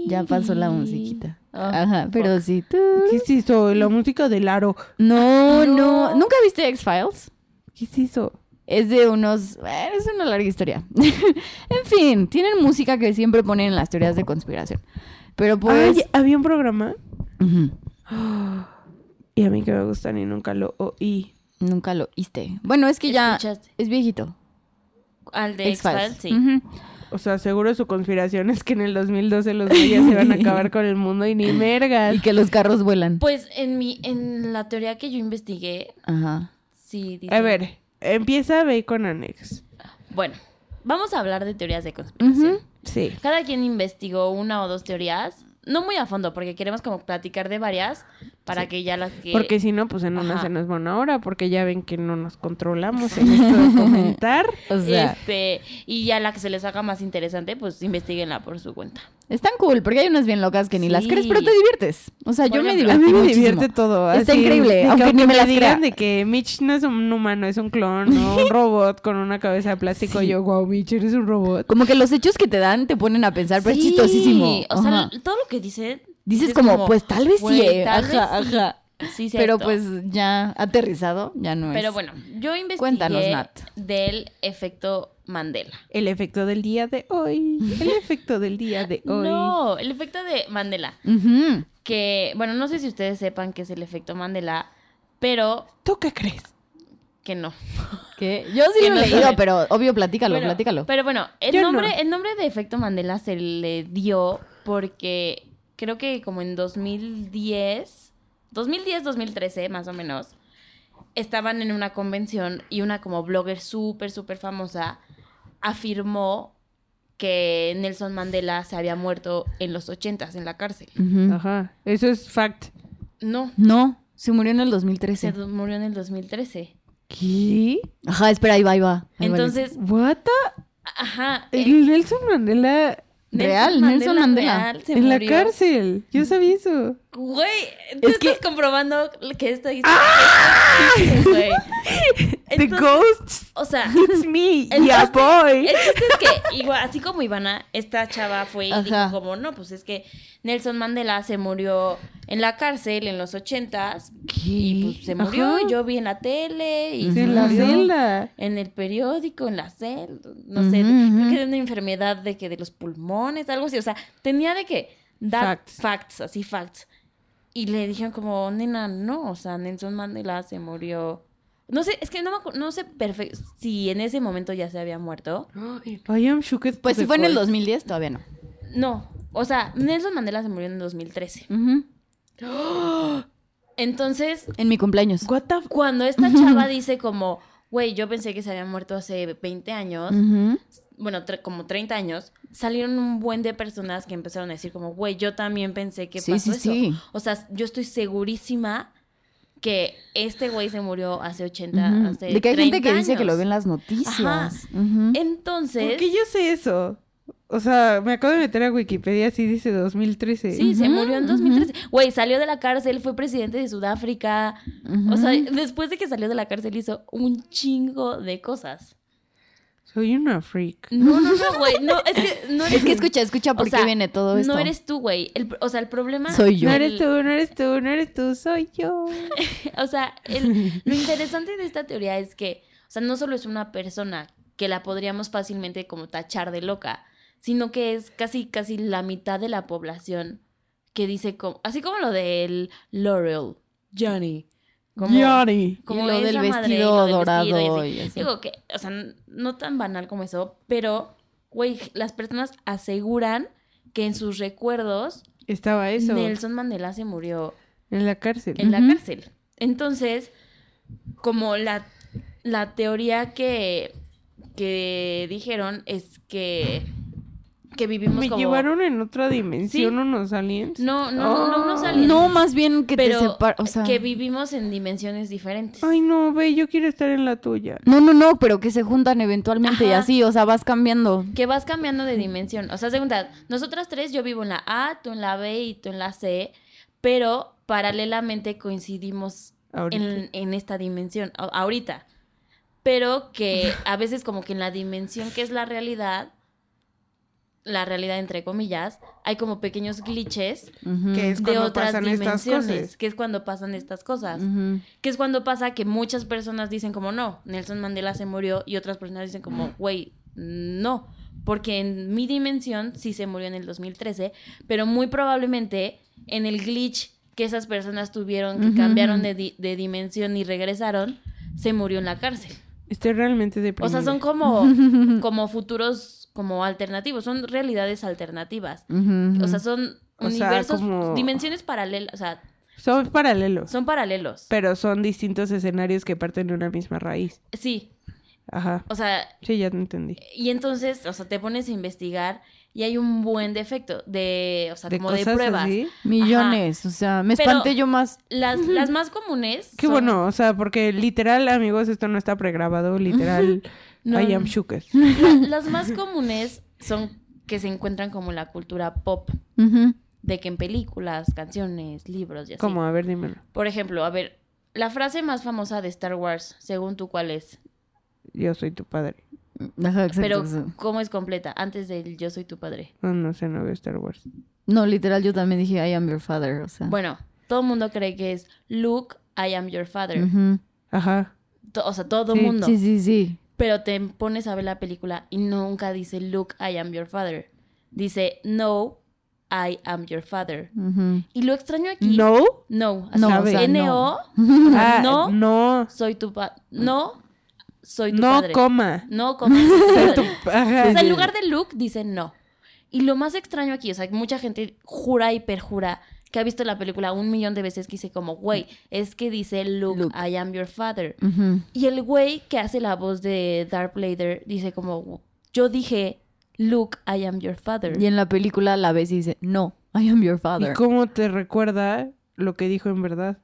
B: Ya pasó la musiquita.
D: Ah,
B: Ajá, pero sí. tú-
C: ¿Qué es eso? La música del aro.
B: No, no.
D: No.
B: ¿Nunca viste X-Files?
C: ¿Qué es eso?
B: Es de unos... eh, Es una larga historia. en fin, tienen música que siempre ponen en las teorías de conspiración. Pero pues...
C: Ay, había un programa
B: ujú,
C: y a mí que me gustan y nunca lo oí.
B: nunca lo oíste. Bueno, es que ya...
D: ¿Escuchaste?
B: Es viejito.
D: Al de X-Files, sí.
B: Ujú.
C: O sea, seguro su conspiración es que en el 2012 los mayas se van a acabar con el mundo y ni mergas.
B: Y que los carros vuelan.
D: Pues en mi, en la teoría que yo investigué,
B: Ajá.
D: sí dice.
C: A ver, empieza ve con Anex.
D: Bueno, vamos a hablar de teorías de conspiración.
B: Ujú.
C: Sí.
D: Cada quien investigó una o dos teorías, no muy a fondo, porque queremos como platicar de varias para que ya las que
C: Porque si no, pues en una
D: Ajá.
C: se nos va una hora, porque ya ven que no nos controlamos en esto de comentar.
B: O sea,
D: este y ya la que se les haga más interesante, pues investiguenla por su cuenta.
B: están cool porque hay unas bien locas que ni las
D: Sí.
B: crees, pero te diviertes. O sea,
D: Por
B: yo me
D: ejemplo,
B: divertí
C: A mí me
B: muchísimo.
C: divierte todo.
B: Está
C: así,
B: increíble,
C: de que
B: aunque ni me las
C: digan
B: crea.
C: de que Mitch no es un humano, es un clon o un robot con una cabeza de plástico. Yo, wow, Mitch, eres un robot.
B: Como que los hechos que te dan te ponen a pensar, pero
D: Sí,
B: es chistosísimo.
D: O sea,
B: Ajá.
D: todo lo que dicen
B: Dices como, pues tal vez sí,
D: "Güey,
B: eh".
D: tal vez
B: ajá,
D: sí".
B: ajá.
D: Sí,
B: Pero
D: cierto.
B: pues ya aterrizado, ya no es.
D: Pero bueno, yo investigué
B: Cuéntanos, Nat.
D: del efecto Mandela.
C: El efecto del día de hoy. El efecto del día de hoy.
D: No, el efecto de Mandela.
B: Ujú.
D: Que, bueno, no sé si ustedes sepan qué es el efecto Mandela, pero
C: ¿Tú qué crees?
D: que no.
B: ¿Qué? Yo sí
D: Que
B: lo
D: no
B: he leído,
D: saben.
B: pero obvio, platícalo,
D: Bueno,
B: platícalo.
D: Pero bueno, el
C: Yo
D: nombre,
C: no.
D: el nombre de efecto Mandela se le dio porque creo que como en 2010, 2010, 2013 más o menos, estaban en una convención y una como blogger súper, súper famosa afirmó que Nelson Mandela se había muerto en los 80s en la cárcel.
B: Ujú.
C: Ajá. Eso es fact.
D: No,
B: No, se murió en el
D: se
B: 2013.
D: du- murió en el 2013.
C: ¿Qué?
B: Ajá, espera, ahí va, ahí va. Ahí va, Liz.
D: Entonces,
C: ¿What? the-
D: ajá, eh,
C: El Nelson Mandela
B: Real, Nelson Mandela.
D: se
C: En la
D: murió.
C: cárcel. Yo sabía eso.
D: Güey, tú
B: Es que-
D: estás comprobando que esta historia es güey. Entonces,
C: ghosts.
D: o sea,
C: It's me.
D: El
C: yeah,
D: ghost-
C: boy.
D: El chiste es que, igual, así como Ivana, esta chava fue y
B: Ajá.
D: dijo como, no, pues es que Nelson Mandela se murió en la cárcel en los ochentas y pues se murió
C: Ajá.
D: y yo vi en la tele y
C: En la
B: Ujú.
C: celda.
D: en el periódico, en la cel, no sé,
B: Ujú,
D: de-
B: ujú.
D: creo que de una enfermedad de que de los pulmones, algo así, o sea, tenía de que dar
C: Facts.
D: facts, así facts. Y le dijeron como, nena, no, o sea, Nelson Mandela se murió. No sé, es que no me acu- no sé perfecto si en ese momento ya se había muerto.
C: I am shooked to
B: Pues
C: the
B: si fue en el
C: core.
B: 2010, todavía no.
D: No, o sea, Nelson Mandela se murió en 2013.
B: Ujú.
D: Entonces,
B: En mi cumpleaños.
C: What the f-
D: cuando esta chava dice como, güey, yo pensé que se había muerto hace 20 años,
B: Ujú.
D: bueno, tre- como 30 años, salieron un buen de personas que empezaron a decir como, güey, yo también pensé que
B: Sí,
D: pasó
B: sí,
D: eso".
B: sí.
D: O sea, yo estoy segurísima que este güey se murió hace 80,
B: Ujú.
D: hace
B: De que hay gente que
D: 30
B: dice que lo
D: años.
B: ve en las noticias.
D: Ajá. Eh,
B: Ujú.
D: Entonces,
C: Porque yo sé eso. O sea, me acabo de meter a Wikipedia así dice 2013.
D: sí, se
B: Ujú,
D: murió en
B: ujú.
D: 2013. Güey, salió de la cárcel, fue presidente de Sudáfrica. O sea,
B: Ujú.
D: después de que salió de la cárcel hizo un chingo de cosas.
C: Soy una freak.
D: No, no, no, güey. No, es que no eres
B: es que escucha, escucha
D: o
B: por qué
D: sea,
B: viene todo esto.
D: No eres tú, güey. El- O sea, el problema.
B: Soy yo.
C: No
D: el-
C: eres tú, no eres tú, no eres tú, soy yo.
D: O sea, el- lo interesante de esta teoría es que, o sea, no solo es una persona que la podríamos fácilmente como tachar de loca, sino que es casi, casi la mitad de la población que dice, como, así como lo del Laurel, Johnny. Como,
C: Yari.
D: como
B: Y lo
D: esa
B: del
D: madre, y
B: vestido
D: lo del vestido y
B: dorado
D: así.
B: y así.
D: Digo que, o sea, n- no tan banal como eso, pero, güey, las personas aseguran que en sus recuerdos
C: Estaba eso.
D: Nelson Mandela se murió
C: En la cárcel.
D: en
B: Ujú.
D: la cárcel. Entonces, como la, la teoría que, que dijeron es que, que vivimos
C: Me
D: como...
C: llevaron en otra dimensión
D: Sí.
C: unos aliens.
D: No, no, no, no, no
C: Oh.
D: salen,
B: No, más bien que
D: pero
B: te separa. O sea,
D: que vivimos en dimensiones diferentes.
C: Ay, no, ve, yo quiero estar en la tuya.
B: no, no, no, pero que se juntan eventualmente y
D: Ajá.
B: así, o sea, vas cambiando.
D: Que vas cambiando de dimensión. O sea, segunda, nosotras tres, yo vivo en la A, tú en la B y tú en la C, pero paralelamente coincidimos
C: Ahorita.
D: en, en esta dimensión, a- ahorita. Pero que a veces como que en la dimensión que es la realidad, la realidad entre comillas, hay como pequeños glitches
B: Ujú.
C: Que es
D: de
C: cuando
D: otras
C: pasan estas
D: dimensiones,
C: cosas.
D: que es cuando pasan estas cosas.
B: Ujú.
D: Que es cuando pasa que muchas personas dicen como no, Nelson Mandela se murió y otras personas dicen como, güey, no, porque en mi dimensión sí se murió en el 2013, pero muy probablemente en el glitch que esas personas tuvieron, que
B: Ujú,
D: cambiaron
B: ujú.
D: de, di- de dimensión y regresaron, se murió en la cárcel.
C: Estoy realmente
D: O
C: deprimida.
D: sea, son como, como futuros, como alternativos, son realidades alternativas.
B: Ujú, ujú.
D: O sea, son
C: O sea,
D: universos,
C: como-
D: dimensiones paralelas, o sea,
C: Son paralelos.
D: son paralelos.
C: Pero son distintos escenarios que parten de una misma raíz.
D: Sí,
C: Ajá.
D: o sea,
C: Sí, ya te entendí.
D: Y entonces, o sea, te pones a investigar y hay un buen defecto de, o sea, como de
C: cosas
D: pruebas.
C: así.
B: Millones, o sea, me
D: Pero-
B: espanté yo más.
D: Las, las más comunes.
C: Qué
D: son-
C: bueno, o sea, porque literal, amigos, esto no está pregrabado, literal.
D: No,
C: I am
D: no.
C: shooked.
D: la- las más comunes son que se encuentran como en la cultura pop,
B: Ujú.
D: de que en películas, canciones, libros y así.
C: ¿Cómo? A ver, dímelo.
D: Por ejemplo, a ver, la frase más famosa de Star Wars, según tú, ¿cuál es?
C: Yo soy tu padre.
B: Ajá, exacto,
D: Pero,
B: exacto.
D: ¿cómo es completa? Antes del Yo soy tu padre.
C: No, no sé, no veo Star Wars.
B: No, literal, yo también dije, I am your father, o sea.
D: Bueno, todo el mundo cree que es Luke, I am your father.
B: Ujú.
C: Ajá.
D: To- O sea, todo el
C: Sí,
D: mundo.
B: Sí, sí, sí.
D: Pero te pones a ver la película y nunca dice Look, I am your father. Dice No, I am your father.
B: Ujú.
D: Y lo extraño aquí.
C: ¿No?
D: No.
B: No,
D: así,
B: o sea, no.
D: N-O,
C: Ah,
D: no.
C: No.
D: soy tu padre. No, soy tu
C: No,
D: padre.
C: coma.
D: no, como soy tu
C: Soy
D: padre.
C: tu Ajá.
D: O sea, en lugar de Luke, dice no. Y lo más extraño aquí, o sea, que mucha gente jura y perjura que ha visto la película un millón de veces que dice como, güey, es que dice Luke,
B: Luke.
D: I am your father.
B: Ujú.
D: Y el güey que hace la voz de Darth Vader dice como, yo dije, Luke, I am your father.
B: Y en la película la ves y dice, no, I am your
C: ¿Y
B: father.
C: cómo te recuerda lo que dijo en verdad?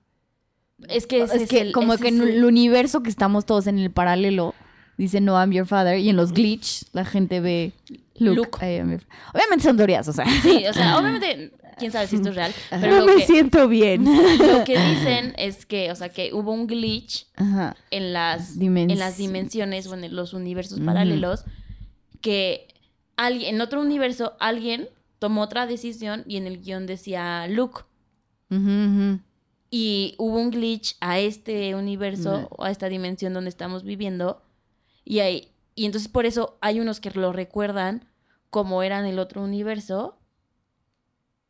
D: Es que ese
B: es que
D: el-
B: como
D: ese
B: que en
D: es
B: el
D: el-
B: universo que estamos todos en el paralelo, dice no, I'm your father, y en los glitch la gente ve Luke.
D: Luke.
B: I am your- Obviamente son teorías, o sea.
D: Sí, o sea, obviamente, quién sabe si esto es real, pero
C: no
D: lo
C: me
D: que,
C: siento bien.
D: lo que dicen es que, o sea, que hubo un glitch
B: Ajá.
D: en las,
B: Dimensi-
D: en las dimensiones o en los universos
B: Ujú.
D: paralelos que alguien, en otro universo alguien tomó otra decisión y en el guión decía Luke.
B: Ujú, ujú.
D: Y hubo un glitch a este universo
C: Mm.
B: No.
D: o a esta dimensión donde estamos viviendo. Y, hay, y entonces por eso hay unos que lo recuerdan como era en el otro universo.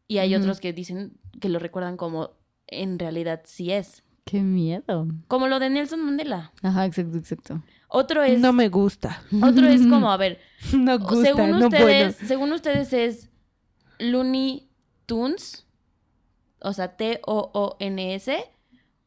D: Y hay
B: Ujú.
D: otros que dicen que lo recuerdan como en realidad sí es.
B: Qué miedo.
D: Como lo de Nelson Mandela.
B: Ajá, exacto, exacto.
D: Otro es,
C: No me gusta.
D: otro es como, a ver,
C: No
D: pues, o-
C: gusta,
D: según
C: no
D: ustedes,
C: bueno.
D: según ustedes es Looney Tunes, o sea, T O O N S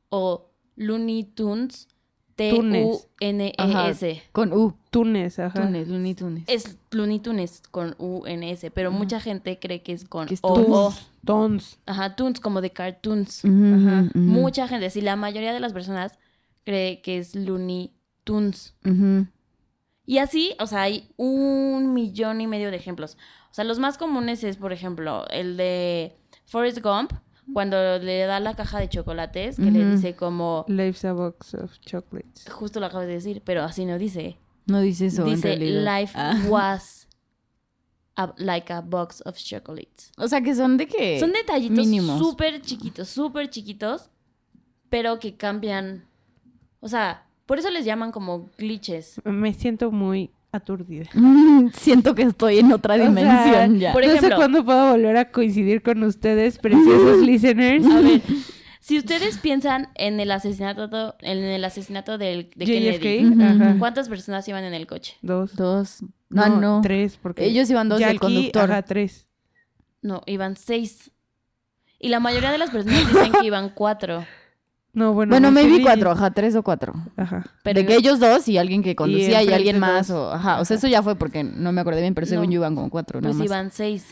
D: o Looney Tunes T U N E S.
B: Con U.
C: Túnez, ajá.
B: Túnez, Looney Tunes.
D: Es Looney Tunes con U N S, pero mucha gente cree que es con
B: Que es
D: O
B: Tunes. Mm.
D: O.
C: Tons. Tons.
D: Ajá, Tunes como de cartoons.
B: Ujú,
C: Ajá.
B: ujú.
D: Mucha gente, sí, la mayoría de las personas cree que es Looney Tunes.
B: Ujú.
D: Y así, o sea, hay un millón y medio de ejemplos. O sea, los más comunes es, por ejemplo, el de Forrest Gump, cuando le da la caja de chocolates, que le
B: Ujú.
D: dice como,
C: Life's a box of chocolates.
D: justo lo acabas de decir, pero así no dice.
B: No dice eso. en
D: dice,
B: realidad.
D: life
B: Ah.
D: was a- like a box of chocolates.
B: O sea, que son de que.
D: Son detallitos
B: mínimos.
D: súper chiquitos, súper chiquitos, pero que cambian. O sea, por eso les llaman como glitches.
C: Me siento muy aturdida.
B: Mm, Siento que estoy en otra
C: O sea,
B: dimensión ya.
D: por
C: no sé
D: ejemplo-
C: cuándo puedo volver a coincidir con ustedes, preciosos listeners.
D: A ver, si ustedes piensan en el asesinato, en el asesinato del, de Kennedy,
C: JFK,
B: Ujú,
C: ajá.
B: ujú.
D: ¿cuántas personas iban en el coche?
C: Dos.
B: Dos. No, no.
C: Tres, porque
B: Ellos iban dos y el
C: Yalki,
B: conductor.
C: Ajá, tres.
D: No, iban seis. Y la mayoría de las personas dicen que iban cuatro.
C: No, bueno.
B: Bueno,
C: no sé,
B: maybe
C: Lili.
B: cuatro, ajá, tres o cuatro.
C: Ajá.
D: Pero
B: de que
D: iba-
B: ellos dos y alguien que conducía y,
C: enfrente
B: alguien más,
C: dos.
B: o ajá, o sea,
C: Ajá.
B: eso ya fue porque no me acordé bien, pero según
D: No.
B: yo iban como cuatro, nada
D: pues
B: más.
D: iban seis.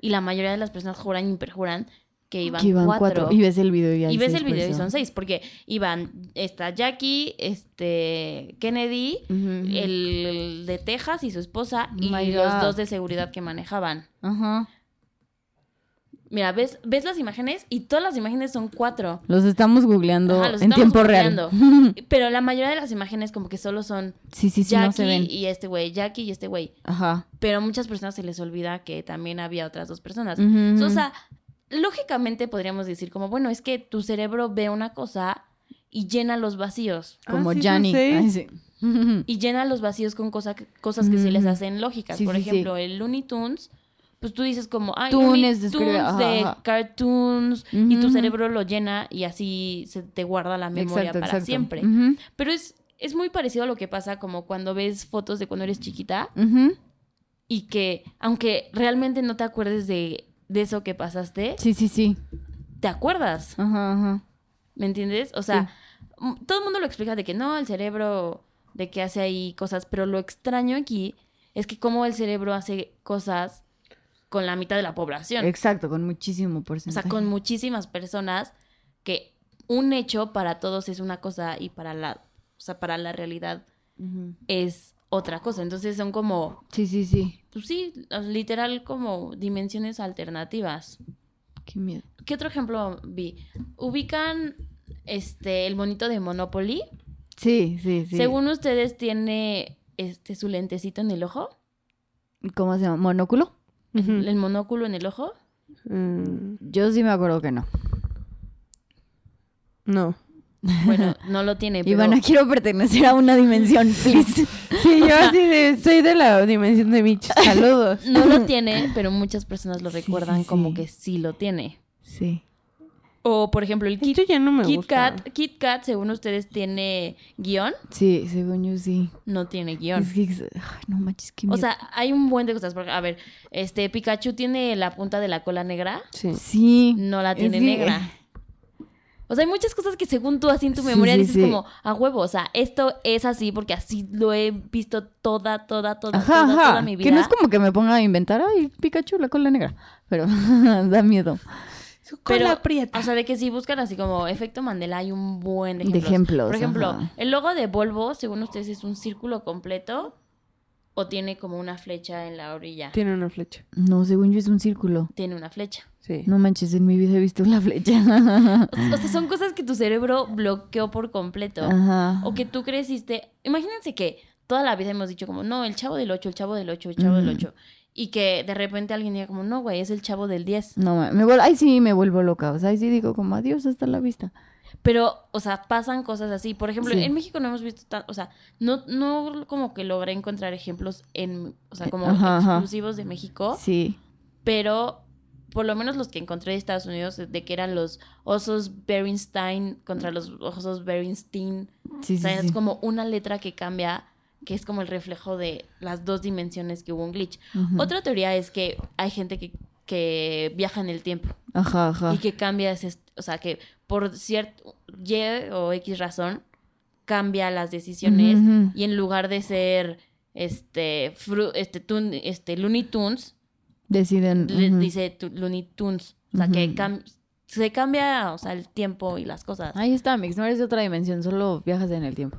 D: Y la mayoría de las personas juran y perjuran que iban,
B: que iban cuatro.
D: cuatro.
B: Y ves el video y "Pues, hay
D: Y ves
B: seis
D: el video y son
B: personas.
D: seis, porque iban, está Jackie, este, Kennedy,
B: Ujú.
D: el de Texas y su esposa, y
B: My
D: los
B: God.
D: dos de seguridad que manejaban.
B: Ajá.
D: Mira, ves, ves las imágenes y todas las imágenes son cuatro.
B: Los estamos googleando
D: Ajá, los
B: en
D: estamos
B: tiempo real.
D: googleando. Pero la mayoría de las imágenes como que solo son
B: sí, sí, sí,
D: Jackie
B: no se ven.
D: y este güey, Jackie y este güey.
B: Ajá.
D: Pero a muchas personas se les olvida que también había otras dos personas.
B: Ujú, ujú.
D: O sea, lógicamente podríamos decir como, bueno, es que tu cerebro ve una cosa y llena los vacíos.
B: como
C: Ah, sí, son
B: Gianni.
C: seis.
B: Ay, sí.
D: Y llena los vacíos con cosa- cosas que se les
B: Ujú.
D: hacen lógicas.
B: Sí,
D: Por
B: sí, sí.
D: ejemplo, el Looney Tunes, pues tú dices como, ay,
B: Tunes,
D: Looney
B: describe-
D: Tunes
B: ajá,
D: de
B: ajá.
D: cartoons, y tu
B: Ujú.
D: cerebro lo llena y así se te guarda la memoria
B: Exacto,
D: para
B: exacto.
D: siempre.
B: Ujú,
D: Pero es, es muy parecido a lo que pasa como cuando ves fotos de cuando eres chiquita
B: ujú.
D: y que aunque realmente no te acuerdes de, de eso que pasaste,
B: Sí, sí, sí.
D: te acuerdas,
B: Ajá, ajá.
D: ¿me entiendes? O sea, mm, todo el mundo lo explica de que no, el cerebro, de que hace ahí cosas, pero lo extraño aquí es que cómo el cerebro hace cosas con la mitad de la población.
B: Exacto, con muchísimo
D: O sea,
B: porcentaje.
D: con muchísimas personas que un hecho para todos es una cosa y para la, o sea, para la realidad
B: Ujú.
D: es otra cosa. Entonces son como,
B: Sí, sí, sí.
D: pues sí, literal como dimensiones alternativas.
B: Qué miedo.
D: ¿Qué otro ejemplo vi? Ubican este el monito de Monopoly.
B: Sí, sí, sí.
D: Según ustedes tiene este su lentecito en el ojo,
B: ¿Cómo se llama? ¿Monóculo?
C: Ujú.
D: el monóculo en el ojo.
C: Mm,
B: Yo sí me acuerdo que no.
C: no.
D: Bueno, no lo tiene, Eh, pero
B: Ivana, quiero pertenecer a una dimensión, please.
C: Sí, yo así de, soy de la dimensión de Mitch. Saludos.
D: no lo tiene, pero muchas personas lo
B: Sí, sí,
D: recuerdan como
B: sí.
D: que sí lo tiene.
B: Sí.
D: O por ejemplo, el Kit,
C: Esto ya no me
D: Kit
C: gusta.
D: Kat, Kit Kat, según ustedes tiene guión,
B: Sí, según yo sí.
D: no tiene guión.
B: Es que, ay, no manches, qué
D: O
B: miedo.
D: sea, hay un buen de cosas. Porque, a ver, este Pikachu tiene la punta de la cola negra,
C: Sí.
B: sí.
D: no la
B: Es
D: tiene
B: que-
D: negra. O sea, hay muchas cosas que según tú así en tu
B: Sí,
D: memoria
B: sí,
D: dices
B: sí.
D: como a huevo. O sea, esto es así porque así lo he visto toda, toda, toda,
B: Ajá,
D: toda,
B: ajá.
D: toda mi vida.
B: Que no es como que me ponga a inventar, ay, Pikachu, la cola negra. Pero da miedo.
C: Su cola
D: Pero,
C: aprieta.
D: o sea, de que si buscan así como efecto Mandela hay un buen de
B: De
D: ejemplos.
B: ejemplos,
D: Por ejemplo,
B: ajá.
D: el logo de Volvo, según ustedes, es un círculo completo o tiene como una flecha en la orilla.
C: Tiene una flecha.
B: No, según yo es un círculo.
D: Tiene una flecha.
C: Sí.
B: No manches, en mi vida he visto una flecha.
D: O sea, o sea, son cosas que tu cerebro bloqueó por completo.
B: Ajá.
D: O que tú creciste. Imagínense que toda la vida hemos dicho como, no, el chavo del 8, el chavo del 8, el chavo del
B: Ujú.
D: 8. Y que de repente alguien diga como, no, güey, es el chavo del 10.
B: No, ma- me vuelvo, ahí sí me vuelvo loca. O sea, ahí sí digo como adiós hasta la vista.
D: Pero, o sea, pasan cosas así. Por ejemplo,
B: Sí.
D: en México no hemos visto tan, o sea, no, no como que logré encontrar ejemplos en, o sea, como
B: Ajá, ajá.
D: exclusivos de México,
B: Sí.
D: pero por lo menos los que encontré de Estados Unidos, de que eran los osos Berenstein contra los osos Berenstein.
B: Sí,
D: O
B: sí.
D: sea,
B: sí.
D: es como una letra que cambia, que es como el reflejo de las dos dimensiones que hubo un glitch.
B: Ujú.
D: Otra teoría es que hay gente que, que viaja en el tiempo
B: Ajá, ajá.
D: y que cambia ese, est- o sea, que por cierto Y o X razón cambia las decisiones
B: Ujú, ujú.
D: y en lugar de ser este fru- este, tun- este Looney Tunes
B: Deciden.
D: le
B: ujú.
D: dice tu- Looney Tunes, o sea, que
B: Ujú.
D: cam- se cambia, o sea, el tiempo y las cosas.
B: Ahí está, Mix. No eres de otra dimensión, solo viajas en el tiempo.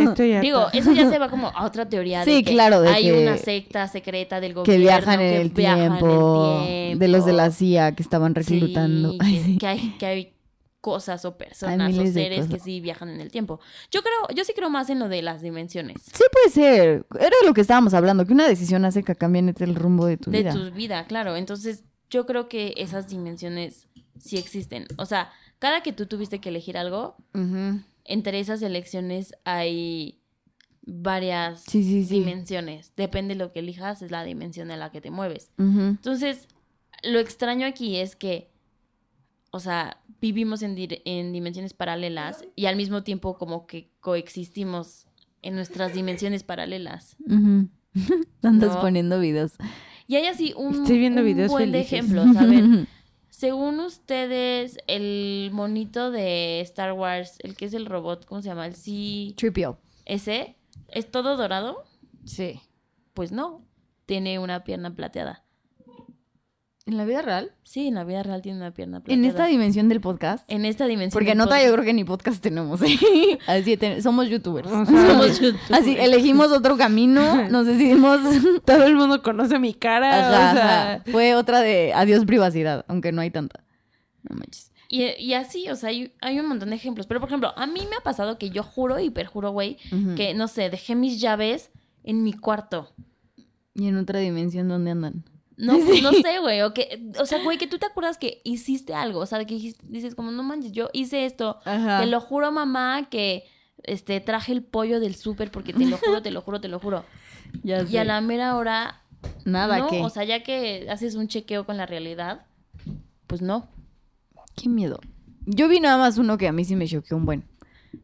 C: Esto ya.
D: Digo, eso ya se va como a otra teoría.
B: Sí,
D: de que
B: claro, de
D: hay
B: que-
D: una secta secreta del gobierno
B: que viajan en
D: que
B: el
D: viaja en el
B: tiempo, De los de
D: tiempo.
B: la CIA que estaban
D: Sí,
B: reclutando.
D: que-
B: Ay,
D: que,
B: sí.
D: hay, que hay cosas o personas o
B: miles de
D: seres que
B: cosas.
D: sí viajan en el tiempo. Yo creo, yo sí creo más en lo de las dimensiones
B: Sí puede ser. Era lo que estábamos hablando, que una decisión hace que cambie el rumbo de tu
D: de
B: vida.
D: tu vida, claro. Entonces, yo creo que esas dimensiones sí existen. O sea, cada que tú tuviste que elegir algo,
B: Ujú.
D: entre esas elecciones hay varias
B: Sí, sí, sí.
D: dimensiones. Depende de lo que elijas, es la dimensión en la que te mueves.
B: Ujú.
D: Entonces, lo extraño aquí es que, o sea, vivimos en, dir- en dimensiones paralelas y al mismo tiempo como que coexistimos en nuestras dimensiones paralelas.
B: Ujú. Andas
D: No.
B: poniendo videos.
D: Y hay así un,
C: Estoy viendo
D: un
C: videos
D: buen de
C: felices.
D: ejemplos, ¿saben? Según ustedes, el monito de Star Wars, el que es el robot, ¿cómo se llama? El sí,
B: Tripio.
D: ese, ¿es todo dorado?
B: Sí.
D: Pues no, tiene una pierna plateada.
B: ¿En la vida real?
D: Sí, en la vida real tiene una pierna plateada.
B: En esta dimensión del podcast.
D: en esta dimensión.
B: Porque
D: del
B: nota
D: podcast.
B: yo creo que ni podcast tenemos. ¿eh? Así ten- somos youtubers.
C: O sea,
D: Somos youtubers.
B: Así elegimos otro camino, nos decidimos.
C: Todo el mundo conoce mi cara.
B: Ajá,
C: o sea,
B: ajá. Fue otra de adiós privacidad, aunque no hay tanta. No manches.
D: Y, y así, o sea, hay, hay un montón de ejemplos. Pero, por ejemplo, a mí me ha pasado que yo juro y perjuro, güey,
B: Ujú.
D: que, no sé, dejé mis llaves en mi cuarto.
B: Y en otra dimensión donde andan.
D: No,
B: Sí.
D: no sé, güey. O, que- o sea, güey, que tú te acuerdas que hiciste algo. O sea, que dijiste- dices como, no manches, yo hice esto.
B: Ajá.
D: Te lo juro, mamá, que este traje el pollo del súper porque te lo juro, te lo juro, te lo juro.
B: Ya
D: Y
B: sé.
D: a la mera hora,
B: Nada
D: no.
B: que.
D: O sea, ya que haces un chequeo con la realidad, pues no.
B: Qué miedo. Yo vi nada más uno que a mí sí me choqueó un buen.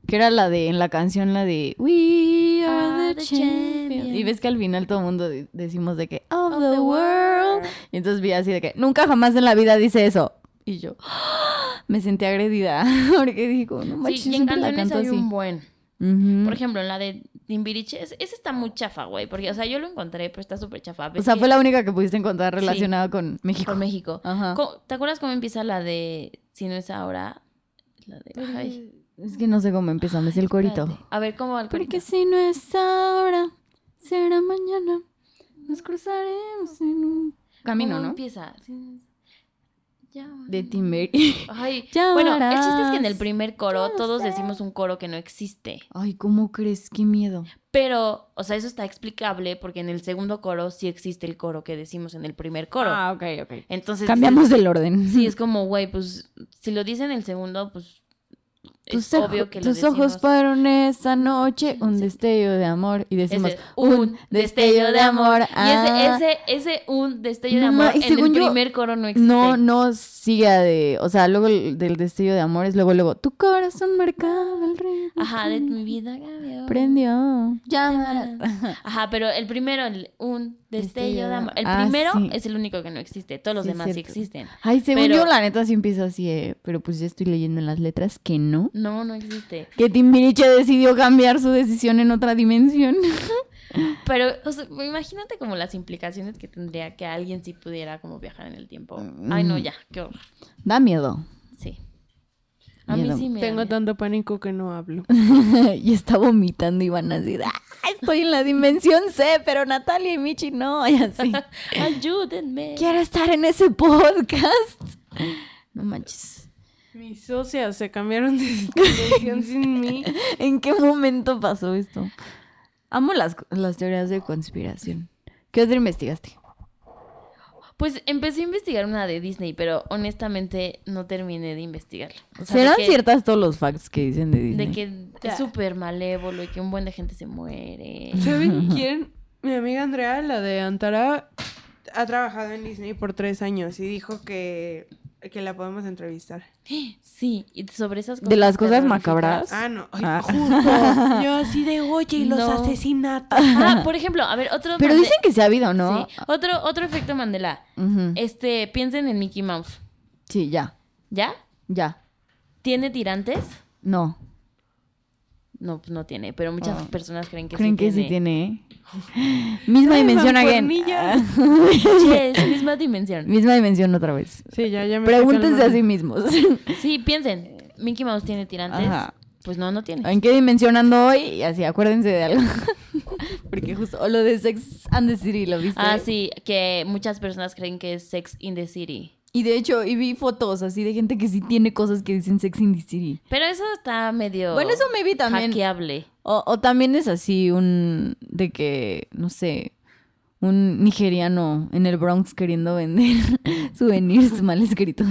B: Que era la de, en la canción, la de We are
D: Are
B: the
D: the
B: champions. Y ves que al final todo el mundo de- decimos de que Of,
D: Of
B: the,
D: the
B: world.
D: world.
B: Y entonces vi así de que nunca jamás en la vida dice eso. Y yo ¡ah! me sentí agredida. Porque digo, no manches,
D: sí, y en
B: siempre la
D: canciones
B: canto
D: hay
B: así. Mm.
D: un buen.
B: Ujú.
D: Por ejemplo, en la de Timbiriche, es- esa está muy chafa, güey. Porque, o sea, yo lo encontré, pero está súper chafa.
B: o
D: Ves
B: sea,
D: que-
B: fue la única que pudiste encontrar relacionada con México.
D: Con México.
B: Ajá.
D: Co- ¿Te acuerdas cómo empieza la de Si no es ahora? La de. Ay,
B: Es que no sé cómo empieza, me sé el corito.
D: espérate. A ver, ¿cómo va el corito?
B: Porque si no es ahora, será mañana. Nos cruzaremos en un camino,
D: ¿Cómo
B: ¿no?
D: empieza? Si no es- Ya,
B: De
D: bueno.
B: Timber.
D: Ay, bueno,
B: Llamarás.
D: el chiste es que en el primer coro
B: Yo
D: todos
B: sé.
D: decimos un coro que no existe.
B: Ay, ¿cómo crees? Qué miedo.
D: Pero, o sea, eso está explicable porque en el segundo coro sí existe el coro que decimos en el primer coro.
C: ah, ok, ok.
D: Entonces.
B: Ah. Cambiamos el orden.
D: Sí, es como, güey, pues si lo dicen el segundo, pues
B: Tus,
D: es
B: ojo-
D: obvio que lo
B: tus ojos
D: decimos.
B: fueron esa noche un
D: Sí.
B: destello de amor. Y decimos,
D: Ese,
B: un destello de amor.
D: Y
B: Ah.
D: ese, ese, ese un destello de
B: No,
D: amor
B: ma- y
D: en el
B: según yo-
D: primer coro no existe.
B: No, no sigue de. O sea, luego el- del destello de amor es luego, luego. Tu corazón marcaba el ritmo.
D: Ajá,
B: que
D: de mi vida cambió.
B: Prendió. Llamarás.
D: Ajá, pero el primero, el un destello de amor. El
B: Ah,
D: primero
B: sí.
D: es el único que no existe. Todos los
B: Sí, es
D: demás sí
B: cierto.
D: existen.
B: Ay, según
D: Pero-
B: yo, la neta sí empieza así, eh, pero pues ya estoy leyendo en las letras que no.
D: No, no existe.
B: Que Timbiriche decidió cambiar su decisión en otra dimensión.
D: Pero, o sea, pues, imagínate como las implicaciones que tendría que alguien sí pudiera como viajar en el tiempo.
B: Mm.
D: Ay, no, ya, qué horror.
B: da miedo.
D: Sí. A mí
B: Miedo.
D: sí me da
C: Tengo
D: miedo.
C: tanto pánico que no hablo.
B: y está vomitando y van así. ¡ah! Estoy en la dimensión C, pero Natalia y Michi no, y así.
D: Ayúdenme.
B: Quiero estar en ese podcast. No manches.
C: Mis socias se cambiaron de situación sin mí.
B: ¿En qué momento pasó esto? Amo las, las teorías de conspiración. ¿Qué otra investigaste?
D: Pues empecé a investigar una de Disney, pero honestamente no terminé de investigarla. O sea, de
B: ¿Serán
D: que-
B: ciertas todos los facts que dicen de Disney?
D: De que es súper malévolo y que un buen de gente se muere.
C: ¿Saben quién? Mi amiga Andrea, la de Antara, ha trabajado en Disney por tres años y dijo que, que la podemos entrevistar.
D: Sí, y sobre esas cosas.
B: ¿De las cosas
D: terroríficas.
B: macabras?
C: Ah, no. Ay,
B: Ah.
C: Justo. Yo así de, oye, y los
D: No.
C: asesinatos.
D: Ah, por ejemplo, a ver, otro.
B: Pero
D: mande-
B: dicen que se ha habido, ¿no?
D: Sí, otro, otro efecto Mandela.
B: Ujú.
D: Este, piensen en Mickey Mouse.
B: Sí, ya,
D: ¿Ya?
B: ya.
D: ¿Tiene tirantes?
B: No,
D: No, pues no tiene, pero muchas
B: Ah.
D: personas creen que
B: creen
D: sí
B: que sí
D: tiene.
B: tiene. ¿eh? Misma dimensión again.
C: mancuernillas.
D: Yes, misma dimensión.
B: Misma dimensión otra vez.
C: Sí, ya, ya me
B: Pregúntense a
C: calmo.
B: sí mismos.
D: Sí, piensen. Mickey Mouse tiene tirantes.
B: Ajá.
D: Pues no, no tiene.
B: ¿En qué dimensión ando hoy? Y así, acuérdense de algo. Porque justo o lo de Sex and the City, ¿lo viste?
D: Ah, sí, que muchas personas creen que es Sex in the City.
B: Y de hecho, y vi fotos así de gente que sí tiene cosas que dicen Sex and the City.
D: Pero eso está medio.
B: Bueno, eso maybe también.
D: hackeable.
B: O, o también es así un... De que, no sé, un nigeriano en el Bronx queriendo vender souvenirs mal escritos.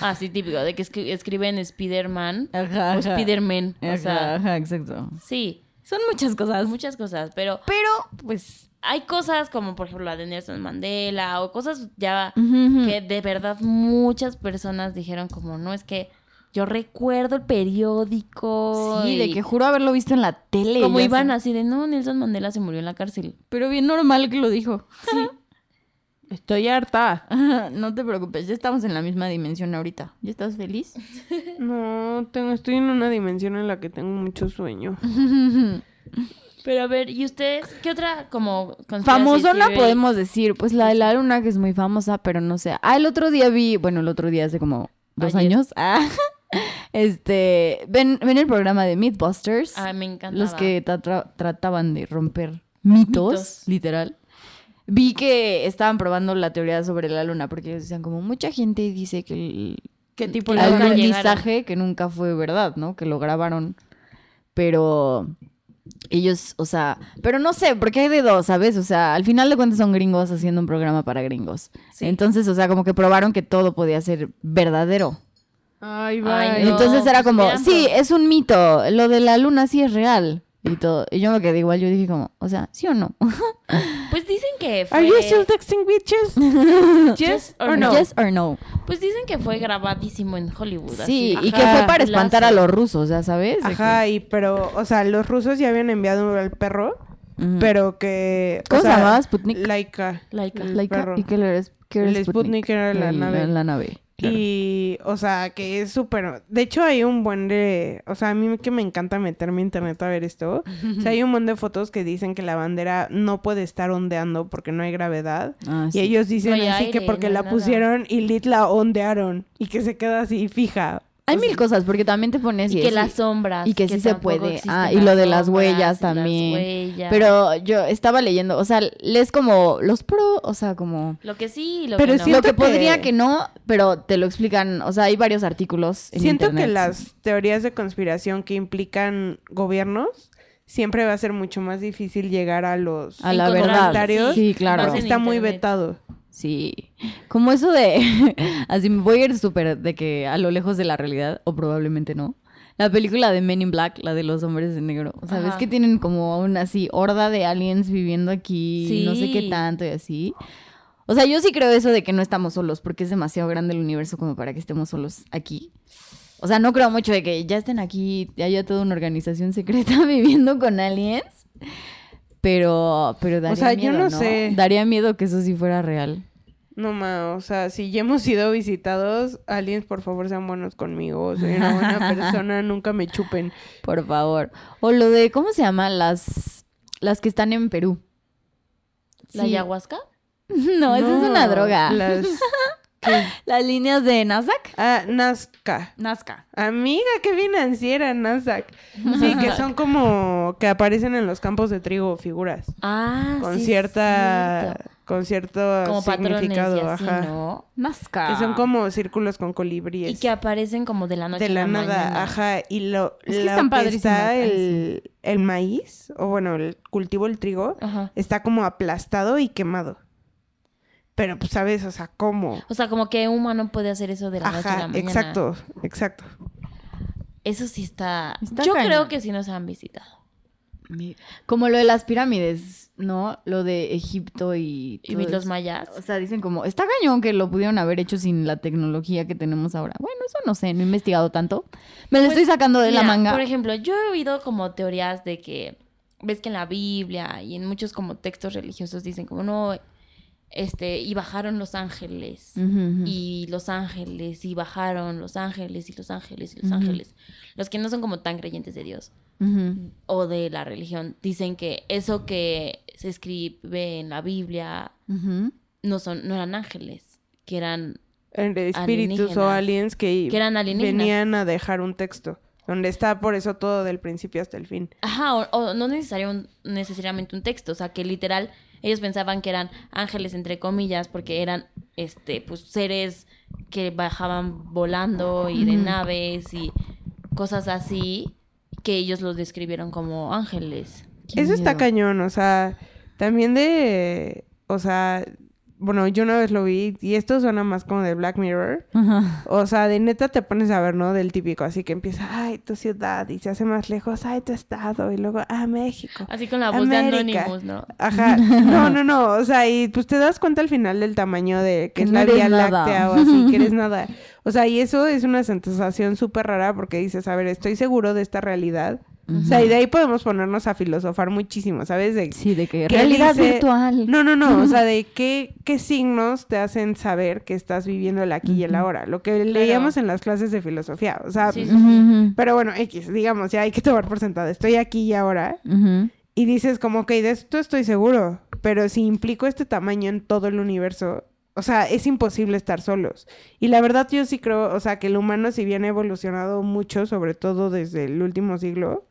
D: Ah, sí, típico, de que escri- escriben Spider-Man
B: Ajá,
D: o
B: ajá.
D: Spider-Man. O
B: Ajá,
D: sea,
B: ajá, exacto.
D: sí,
B: Son muchas cosas.
D: muchas cosas, pero
B: Pero, pues...
D: hay cosas como, por ejemplo, la de Nelson Mandela o cosas ya
B: ujú, ujú.
D: que de verdad muchas personas dijeron como, no, es que yo recuerdo el periódico.
B: Sí, de
D: y
B: que juro haberlo visto en la tele.
D: Como
B: ya
D: iban
B: sé.
D: así de, no, Nelson Mandela se murió en la cárcel.
B: Pero bien normal que lo dijo.
C: Estoy harta.
B: no te preocupes, ya estamos en la misma dimensión ahorita. ¿Ya estás feliz?
C: No, tengo, estoy en una dimensión en la que tengo mucho sueño.
D: Pero a ver, ¿y ustedes qué otra como conspiracy
B: Famosona
D: theory?
B: podemos decir, pues la de la luna que es muy famosa, pero no sé. Ah, el otro día vi, bueno, el otro día hace como dos
D: Ayer.
B: años. Ah, este, ven, ven el programa de Mythbusters.
D: Ah, me encanta.
B: los que tra- trataban de romper mitos,
D: Mitos.
B: literal. Vi que estaban probando la teoría sobre la luna, porque ellos decían como mucha gente dice que el
C: ¿Qué tipo
D: Que
C: de
D: la nunca
B: algún
D: llegaron.
B: mensaje que nunca fue verdad, ¿no? Que lo grabaron. Pero ellos, o sea, pero no sé, porque hay de dos, ¿sabes? O sea, al final de cuentas son gringos haciendo un programa para gringos.
D: Sí.
B: Entonces, o sea, como que probaron que todo podía ser verdadero.
C: Ay,
D: Ay,
C: vaya.
D: no.
B: Entonces era
D: pues
B: como,
D: hubieran
B: sí,
D: probado".
B: es un mito, lo de la luna sí es real. Y todo. Y yo me quedé igual, yo dije como, o sea, ¿sí o no?
D: Pues dicen que fue...
C: ¿Are you still texting bitches? yes or no?
B: Yes or no.
D: Pues dicen que fue grabadísimo en Hollywood.
B: Sí,
D: así.
B: y que
C: Ajá.
B: fue para espantar a
D: Láser.
B: los rusos, ya sabes. De
C: Ajá, y pero, o sea, los rusos ya habían enviado al perro,
B: que- Ujú.
C: pero que. o
B: Mm. ¿Cómo se
C: sea,
B: llamaba Sputnik?
C: Laika.
D: Laika.
C: el
B: Laika,
C: Mm, perro.
B: ¿Y qué le qué
C: El
B: era
C: Sputnik era la nave.
B: La nave. claro.
C: Y, o sea, que es súper... De hecho, hay un buen de... O sea, a mí que me encanta meterme a internet a ver esto. O sea, hay un montón de fotos que dicen que la bandera no puede estar ondeando porque no hay gravedad.
B: Ah, sí.
C: Y ellos
D: No
C: dicen
D: hay
C: así que
D: aire,
C: porque
D: no hay
C: la
D: nada.
C: pusieron y lit la ondearon. Y que se queda así fija.
B: Hay mil cosas, porque también te pones...
D: Y
B: y
D: que
B: es-
D: las sombras.
B: y que sí se
D: tampoco
B: puede.
D: existen
B: Ah, y lo de las
D: sombras
B: huellas
D: y las
B: también.
D: huellas.
B: Pero yo estaba leyendo, o sea, lees como los pro, o sea, como...
D: Lo que sí y lo
C: Pero
D: que no.
B: Lo
C: Siento
B: que
C: que-
B: podría que no, pero te lo explican, o sea, hay varios artículos en
C: Siento que
B: internet.
C: las teorías de conspiración que implican gobiernos siempre va a ser mucho más difícil llegar a los...
B: A la
D: Encontrar
B: verdad.
C: comentarios,
B: Sí,
D: más
B: claro.
C: Porque
D: en
C: está muy
D: internet.
C: vetado.
B: Sí. Como eso de. Así me voy a ir súper de que a lo lejos de la realidad, o probablemente no. La película de Men in Black, la de los hombres de negro. ¿Sabes?
D: Ajá.
B: Que tienen como una así horda de aliens viviendo aquí, no sé qué
D: Sí.
B: tanto y así. O sea, yo sí creo eso de que no estamos solos, porque es demasiado grande el universo como para que estemos solos aquí. O sea, no creo mucho de que ya estén aquí, ya haya toda una organización secreta viviendo con aliens. Pero, pero daría
C: sea, yo
B: miedo,
C: no sé.
B: Daría miedo que eso sí fuera real.
C: No ma, o sea, si ya hemos sido visitados, aliens, por favor, sean buenos conmigo. Soy una buena persona, nunca me chupen.
B: Por favor. O lo de, ¿cómo se llama? Las, las que están en Perú.
D: ¿La
B: Sí.
D: ayahuasca?
B: No, esa es una droga.
C: Las ¿Qué?
B: Las líneas de Nasdaq.
C: Ah, Nazca.
B: Nazca.
C: Amiga, qué financiera, Nasdaq. Sí, que son como que aparecen en los campos de trigo figuras.
D: Ah,
C: Con
D: sí es
C: cierta.
D: cierto.
C: Con cierto
D: Como patrones y
C: significado,
D: así,
C: ajá.
D: ¿no?
B: Nazca.
C: Que son como círculos con colibríes.
D: Y que aparecen como de la noche
C: de la
D: a
C: nada,
D: mañana.
C: ajá, y lo,
B: Es que
C: lo
B: están
C: que está
B: padrísimas,
C: el, el maíz, o bueno, el cultivo, el trigo,
D: Ajá.
C: está como aplastado y quemado. Pero pues sabes, o sea, cómo.
D: O sea, como que un humano puede hacer eso de la noche a la
C: Ajá,
D: mañana.
C: exacto, exacto.
D: Eso sí está.
B: Está
D: Yo
B: cañón.
D: creo que sí nos han visitado.
B: Mi- Como lo de las pirámides, ¿no? Lo de Egipto y...
D: Y
B: todo
D: los
B: eso.
D: mayas.
B: Pues, O sea, dicen como, está cañón que lo pudieron haber hecho sin la tecnología que tenemos ahora. Bueno, eso no sé, no he investigado tanto. Me lo
D: Pues,
B: estoy sacando de la
D: Mira,
B: manga.
D: Por ejemplo, yo he oído como teorías de que ves que en la Biblia y en muchos como textos religiosos dicen como no este y bajaron los ángeles
B: Ujú, ujú.
D: y los ángeles y bajaron los ángeles y los ángeles y los
B: Ujú.
D: ángeles. Los que no son como tan creyentes de Dios
B: Ujú.
D: o de la religión dicen que eso que se escribe en la Biblia
B: Ujú.
D: no son no eran ángeles, que eran
C: En de Espíritus o
D: Alienígenas.
C: aliens que,
D: Que eran alienígenas.
C: venían a dejar un texto, donde está por eso todo del principio hasta el fin.
D: Ajá, o, o no necesario un- necesariamente un texto, o sea, que literal ellos pensaban que eran ángeles entre comillas porque eran este pues seres que bajaban volando y de
B: Ujú.
D: naves y cosas así que ellos los describieron como ángeles.
B: Qué
C: Eso está
B: miedo.
C: cañón, o sea, también de, o sea, bueno, yo una vez lo vi y esto suena más como de Black Mirror.
B: Ajá.
C: O sea, de neta te pones a ver, ¿no? Del típico, así que empieza, ay, tu ciudad y se hace más lejos, ay, tu estado y luego, ah, México.
D: Así con la voz de
C: América.
D: Anonymous, ¿no?
C: Ajá, no, no, no, o sea, y pues te das cuenta al final del tamaño de
B: Que
C: que es
B: no
C: la
B: eres
C: Vía
B: nada.
C: Láctea o así, que eres nada. O sea, y eso es una sensación súper rara porque dices, a ver, estoy seguro de esta realidad. O sea, y de ahí podemos ponernos a filosofar muchísimo, ¿sabes? De,
B: Sí, de que
C: ¿Qué
B: realidad
C: dice?
B: virtual.
C: No, no, no, o sea, de qué, qué signos te hacen saber que estás viviendo el aquí y el ahora. Lo que leíamos en las clases de filosofía, o sea,
D: Sí, sí,
B: Ujú,
C: pero bueno, X, digamos, ya hay que tomar por sentado. Estoy aquí y ahora.
B: ujú.
C: Y dices como, ok, de esto estoy seguro, pero si implico este tamaño en todo el universo, o sea, es imposible estar solos. Y la verdad yo sí creo, o sea, que el humano si bien ha evolucionado mucho, sobre todo desde el último siglo,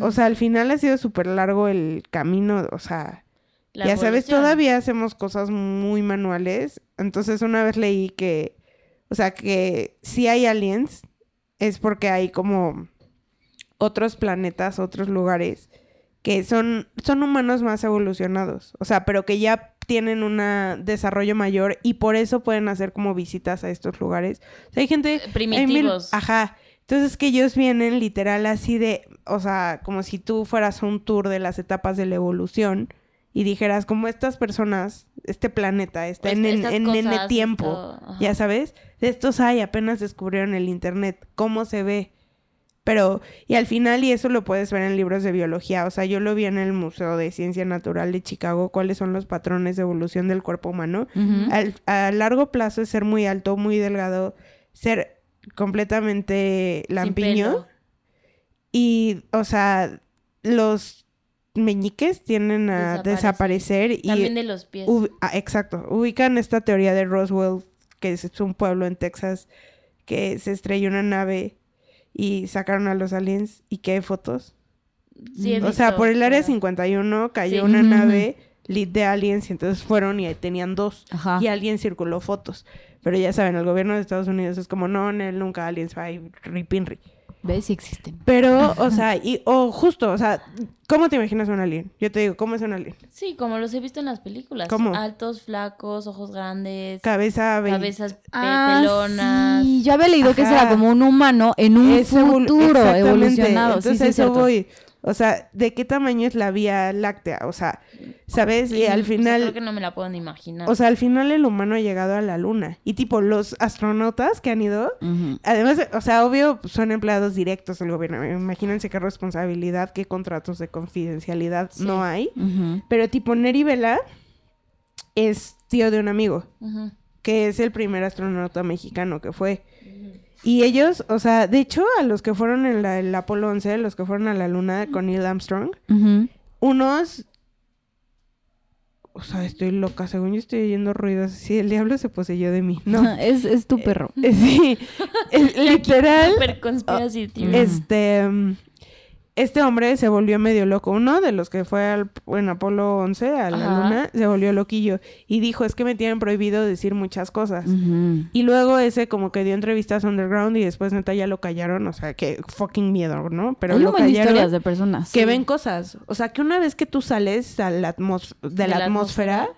C: o sea, al final ha sido súper largo el camino, o sea,
D: La
C: ya sabes,
D: evolución.
C: todavía hacemos cosas muy manuales. Entonces, una vez leí que, o sea, que si hay aliens, es porque hay como otros planetas, otros lugares que son, son humanos más evolucionados. O sea, pero que ya tienen un desarrollo mayor y por eso pueden hacer como visitas a estos lugares. O sea, hay gente. hay mil-
D: Primitivos.
C: ajá. Entonces que ellos vienen literal así de, o sea, como si tú fueras a un tour de las etapas de la evolución y dijeras como estas personas, este planeta está en, en,
D: Est- Pues
C: en
D: estas
C: N
D: cosas,
C: tiempo,
D: esto, ajá.
C: ya sabes, de estos hay, apenas descubrieron el internet, cómo se ve. Pero, y al final, y eso lo puedes ver en libros de biología, o sea, yo lo vi en el Museo de Ciencia Natural de Chicago, cuáles son los patrones de evolución del cuerpo humano.
B: Ujú.
C: Al- a largo plazo es ser muy alto, muy delgado, ser completamente
D: Sin
C: lampiño.
D: pelo.
C: Y, o sea, los meñiques tienden a
D: Desaparecen.
C: desaparecer y...
D: También de los pies.
C: ubi- ah, exacto. Ubican esta teoría de Roswell, que es un pueblo en Texas, que se estrelló una nave y sacaron a los aliens y que hay fotos.
D: Sí, he
C: O sea,
D: visto,
C: por el área
D: pero-
C: 51 cayó
D: Sí.
C: una
B: Ujú.
C: nave lead de aliens y entonces fueron y ahí tenían dos.
B: Ajá.
C: Y alguien circuló fotos. Pero ya saben, el gobierno de Estados Unidos es como, no, Nel, nunca aliens, ay, ripinri.
B: ¿Ves si existen?
C: Pero, o sea, y, o justo, o sea, ¿cómo te imaginas un alien? Yo te digo, ¿cómo es un alien?
D: Sí, como los he visto en las películas.
C: ¿Cómo?
D: Altos, flacos, ojos grandes,
C: Cabeza, ve-
D: cabezas pe-
B: Ah,
D: pelonas.
B: sí, yo había leído que
C: Ajá.
B: eso era como un humano en un
C: es evol-
B: futuro
C: Exactamente.
B: evolucionado. Sí,
C: Entonces,
B: sí, es
C: eso
B: cierto.
C: voy. O sea, ¿de qué tamaño es la vía láctea? O sea, ¿sabes? Y
D: O
C: al
B: pues,
D: sea,
C: final...
D: creo que no me la puedo ni imaginar.
C: O sea, al final el humano ha llegado a la luna. Y tipo, los astronautas que han ido,
B: Ujú.
C: además, o sea, obvio, pues, son empleados directos del gobierno. Imagínense qué responsabilidad, qué contratos de confidencialidad
D: Sí.
C: no hay.
B: Ujú.
C: Pero tipo, Neri Vela es tío de un amigo,
D: Ujú.
C: que es el primer astronauta mexicano que fue. Y ellos, o sea, de hecho, a los que fueron en la, el Apolo 11, los que fueron a la luna con Neil Armstrong,
B: Ujú.
C: unos O sea, estoy loca. Según yo estoy oyendo ruidos. Sí, el diablo se poseyó de mí. No.
B: es, es tu perro.
C: sí. Es literal.
D: Super conspiracy theory.
B: Mm.
C: Este, mm, este hombre se volvió medio loco. Uno de los que fue al, en Apolo 11 a la
D: Ajá.
C: luna se volvió loquillo y dijo, es que me tienen prohibido decir muchas cosas.
B: Ujú.
C: Y luego ese como que dio entrevistas underground y después neta ya lo callaron. O sea, que fucking miedo, ¿no? Pero
B: Hay un
C: lo
B: buen de historias
C: callaron.
B: de personas.
C: Que ven cosas. O sea, que una vez que tú sales a la atmos- de, la, atmósfera,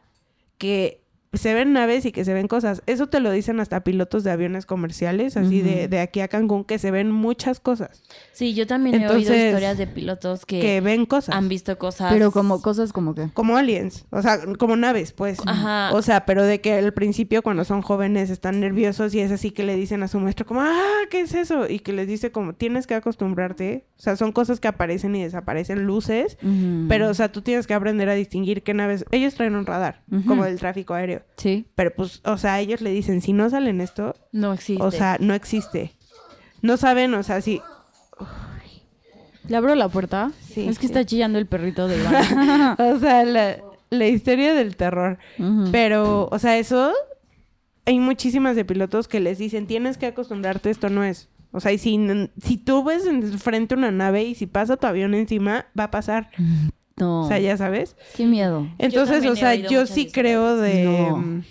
C: que se ven naves y que se ven cosas. Eso te lo dicen hasta pilotos de aviones comerciales, así de,
B: Ujú.
C: de aquí a Cancún, que se ven muchas cosas.
D: Sí, yo también he
C: Entonces,
D: oído historias de pilotos que,
C: que ven cosas.
D: han visto cosas.
B: Pero como cosas como que.
C: Como aliens, o sea, como naves, pues.
D: Ajá.
C: O sea, pero de que al principio cuando son jóvenes están nerviosos y es así que le dicen a su maestro como, ah, ¿qué es eso? Y que les dice como, tienes que acostumbrarte. O sea, son cosas que aparecen y desaparecen, luces.
D: Mm.
B: Ujú.
C: Pero, o sea, tú tienes que aprender a distinguir qué naves... Ellos traen un radar,
B: Ujú.
C: como del tráfico aéreo.
B: Sí.
C: Pero, pues, o sea, ellos le dicen, si no salen esto,
D: No existe.
C: o sea, no existe. No saben, o sea, si...
B: ¿Le abro la puerta?
C: Sí,
B: Es que
C: sí.
B: está chillando el perrito de Iván.
D: Ah.
C: O sea, la, la historia del terror.
B: Ujú.
C: Pero, o sea, eso... Hay muchísimas de pilotos que les dicen, tienes que acostumbrarte, esto no es. O sea, y si, n- si tú ves en frente una nave y si pasa tu avión encima, va a pasar.
B: No.
C: O sea, ya sabes.
B: Qué miedo.
C: Entonces,
D: también
C: o
D: he
C: sea,
D: oído
C: yo
D: muchas
C: sí creo de...
B: No.
C: mm,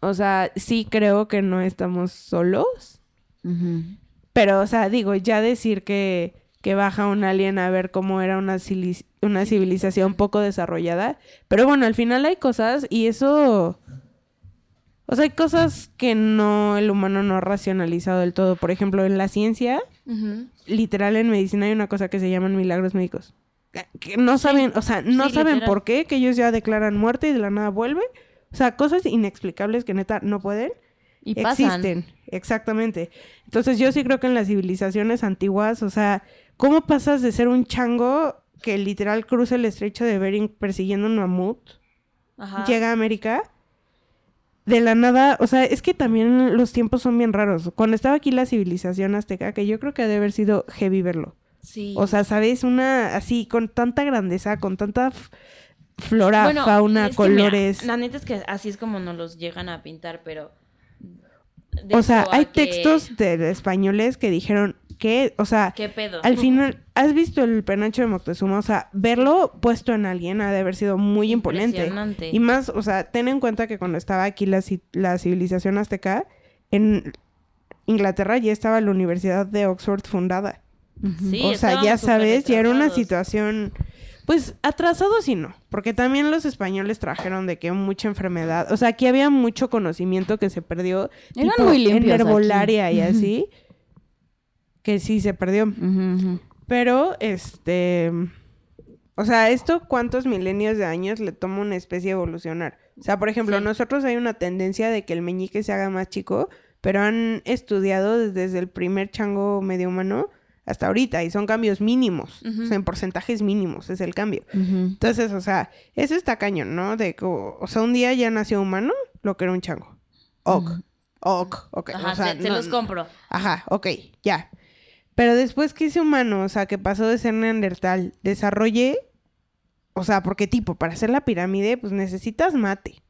C: O sea, sí creo que no estamos solos.
B: Ujú.
C: Pero, o sea, digo, ya decir que, que baja un alien a ver cómo era una, cili- una civilización poco desarrollada. Pero bueno, al final hay cosas y eso... O sea, hay cosas que no el humano no ha racionalizado del todo. Por ejemplo, en la ciencia,
D: Ujú.
C: literal en medicina hay una cosa que se llaman milagros médicos. Que- Que no saben, o sea, no
D: sí,
C: saben
D: literal.
C: por qué, que ellos ya declaran muerte y de la nada vuelve. O sea, cosas inexplicables que neta no pueden.
D: Y pasan.
C: Existen, exactamente. Entonces yo sí creo que en las civilizaciones antiguas, o sea, ¿cómo pasas de ser un chango que literal cruza el estrecho de Bering persiguiendo un mamut?
D: Ajá.
C: llega a América de la nada, o sea, es que también los tiempos son bien raros. Cuando estaba aquí la civilización azteca, que yo creo que ha de haber sido heavy verlo.
D: Sí.
C: O sea, sabes, una así con tanta grandeza, con tanta f- flora,
D: Bueno,
C: fauna,
D: es que mira,
C: colores.
D: la neta es que así es como nos los llegan a pintar, pero.
C: o sea,
D: dejo a
C: hay
D: que-
C: textos de de españoles que dijeron que, o sea,
D: ¿Qué pedo?
C: al final, ¿has visto el penacho de Moctezuma? O sea, verlo puesto en alguien ha de haber sido muy imponente.
D: Impresionante.
C: Y más, o sea, ten en cuenta que cuando estaba aquí la, ci- la civilización azteca, en Inglaterra ya estaba la Universidad de Oxford fundada.
B: Ujú.
D: Sí,
C: o sea,
D: estaban
C: ya
D: súper
C: sabes, ya era una
D: atrasados.
C: situación, pues atrasados y no, porque también los españoles trajeron de que mucha enfermedad, o sea, aquí había mucho conocimiento que se perdió
B: Eran
C: tipo,
B: muy
C: en
B: limpios aquí.
C: herbolaria y así, que sí se perdió.
B: Ujú, ujú.
C: Pero, este. O sea, ¿esto cuántos milenios de años le toma una especie evolucionar? O sea, por ejemplo,
D: Sí.
C: nosotros hay una tendencia de que el meñique se haga más chico, pero han estudiado des- desde el primer chango medio humano hasta ahorita y son cambios mínimos,
D: Ujú.
C: o sea, en porcentajes mínimos es el cambio.
B: Ujú.
C: Entonces, o sea, eso está cañón, ¿no? De que, o o sea, un día ya nació humano lo que era un chango. Ok, ok, ok.
D: Ajá,
C: o sea,
D: se, se
C: no-
D: los compro.
C: Ajá, ok, ya. Pero después que ese humano, o sea, que pasó de ser neandertal, desarrolle, o sea, porque tipo, para hacer la pirámide, pues necesitas mate,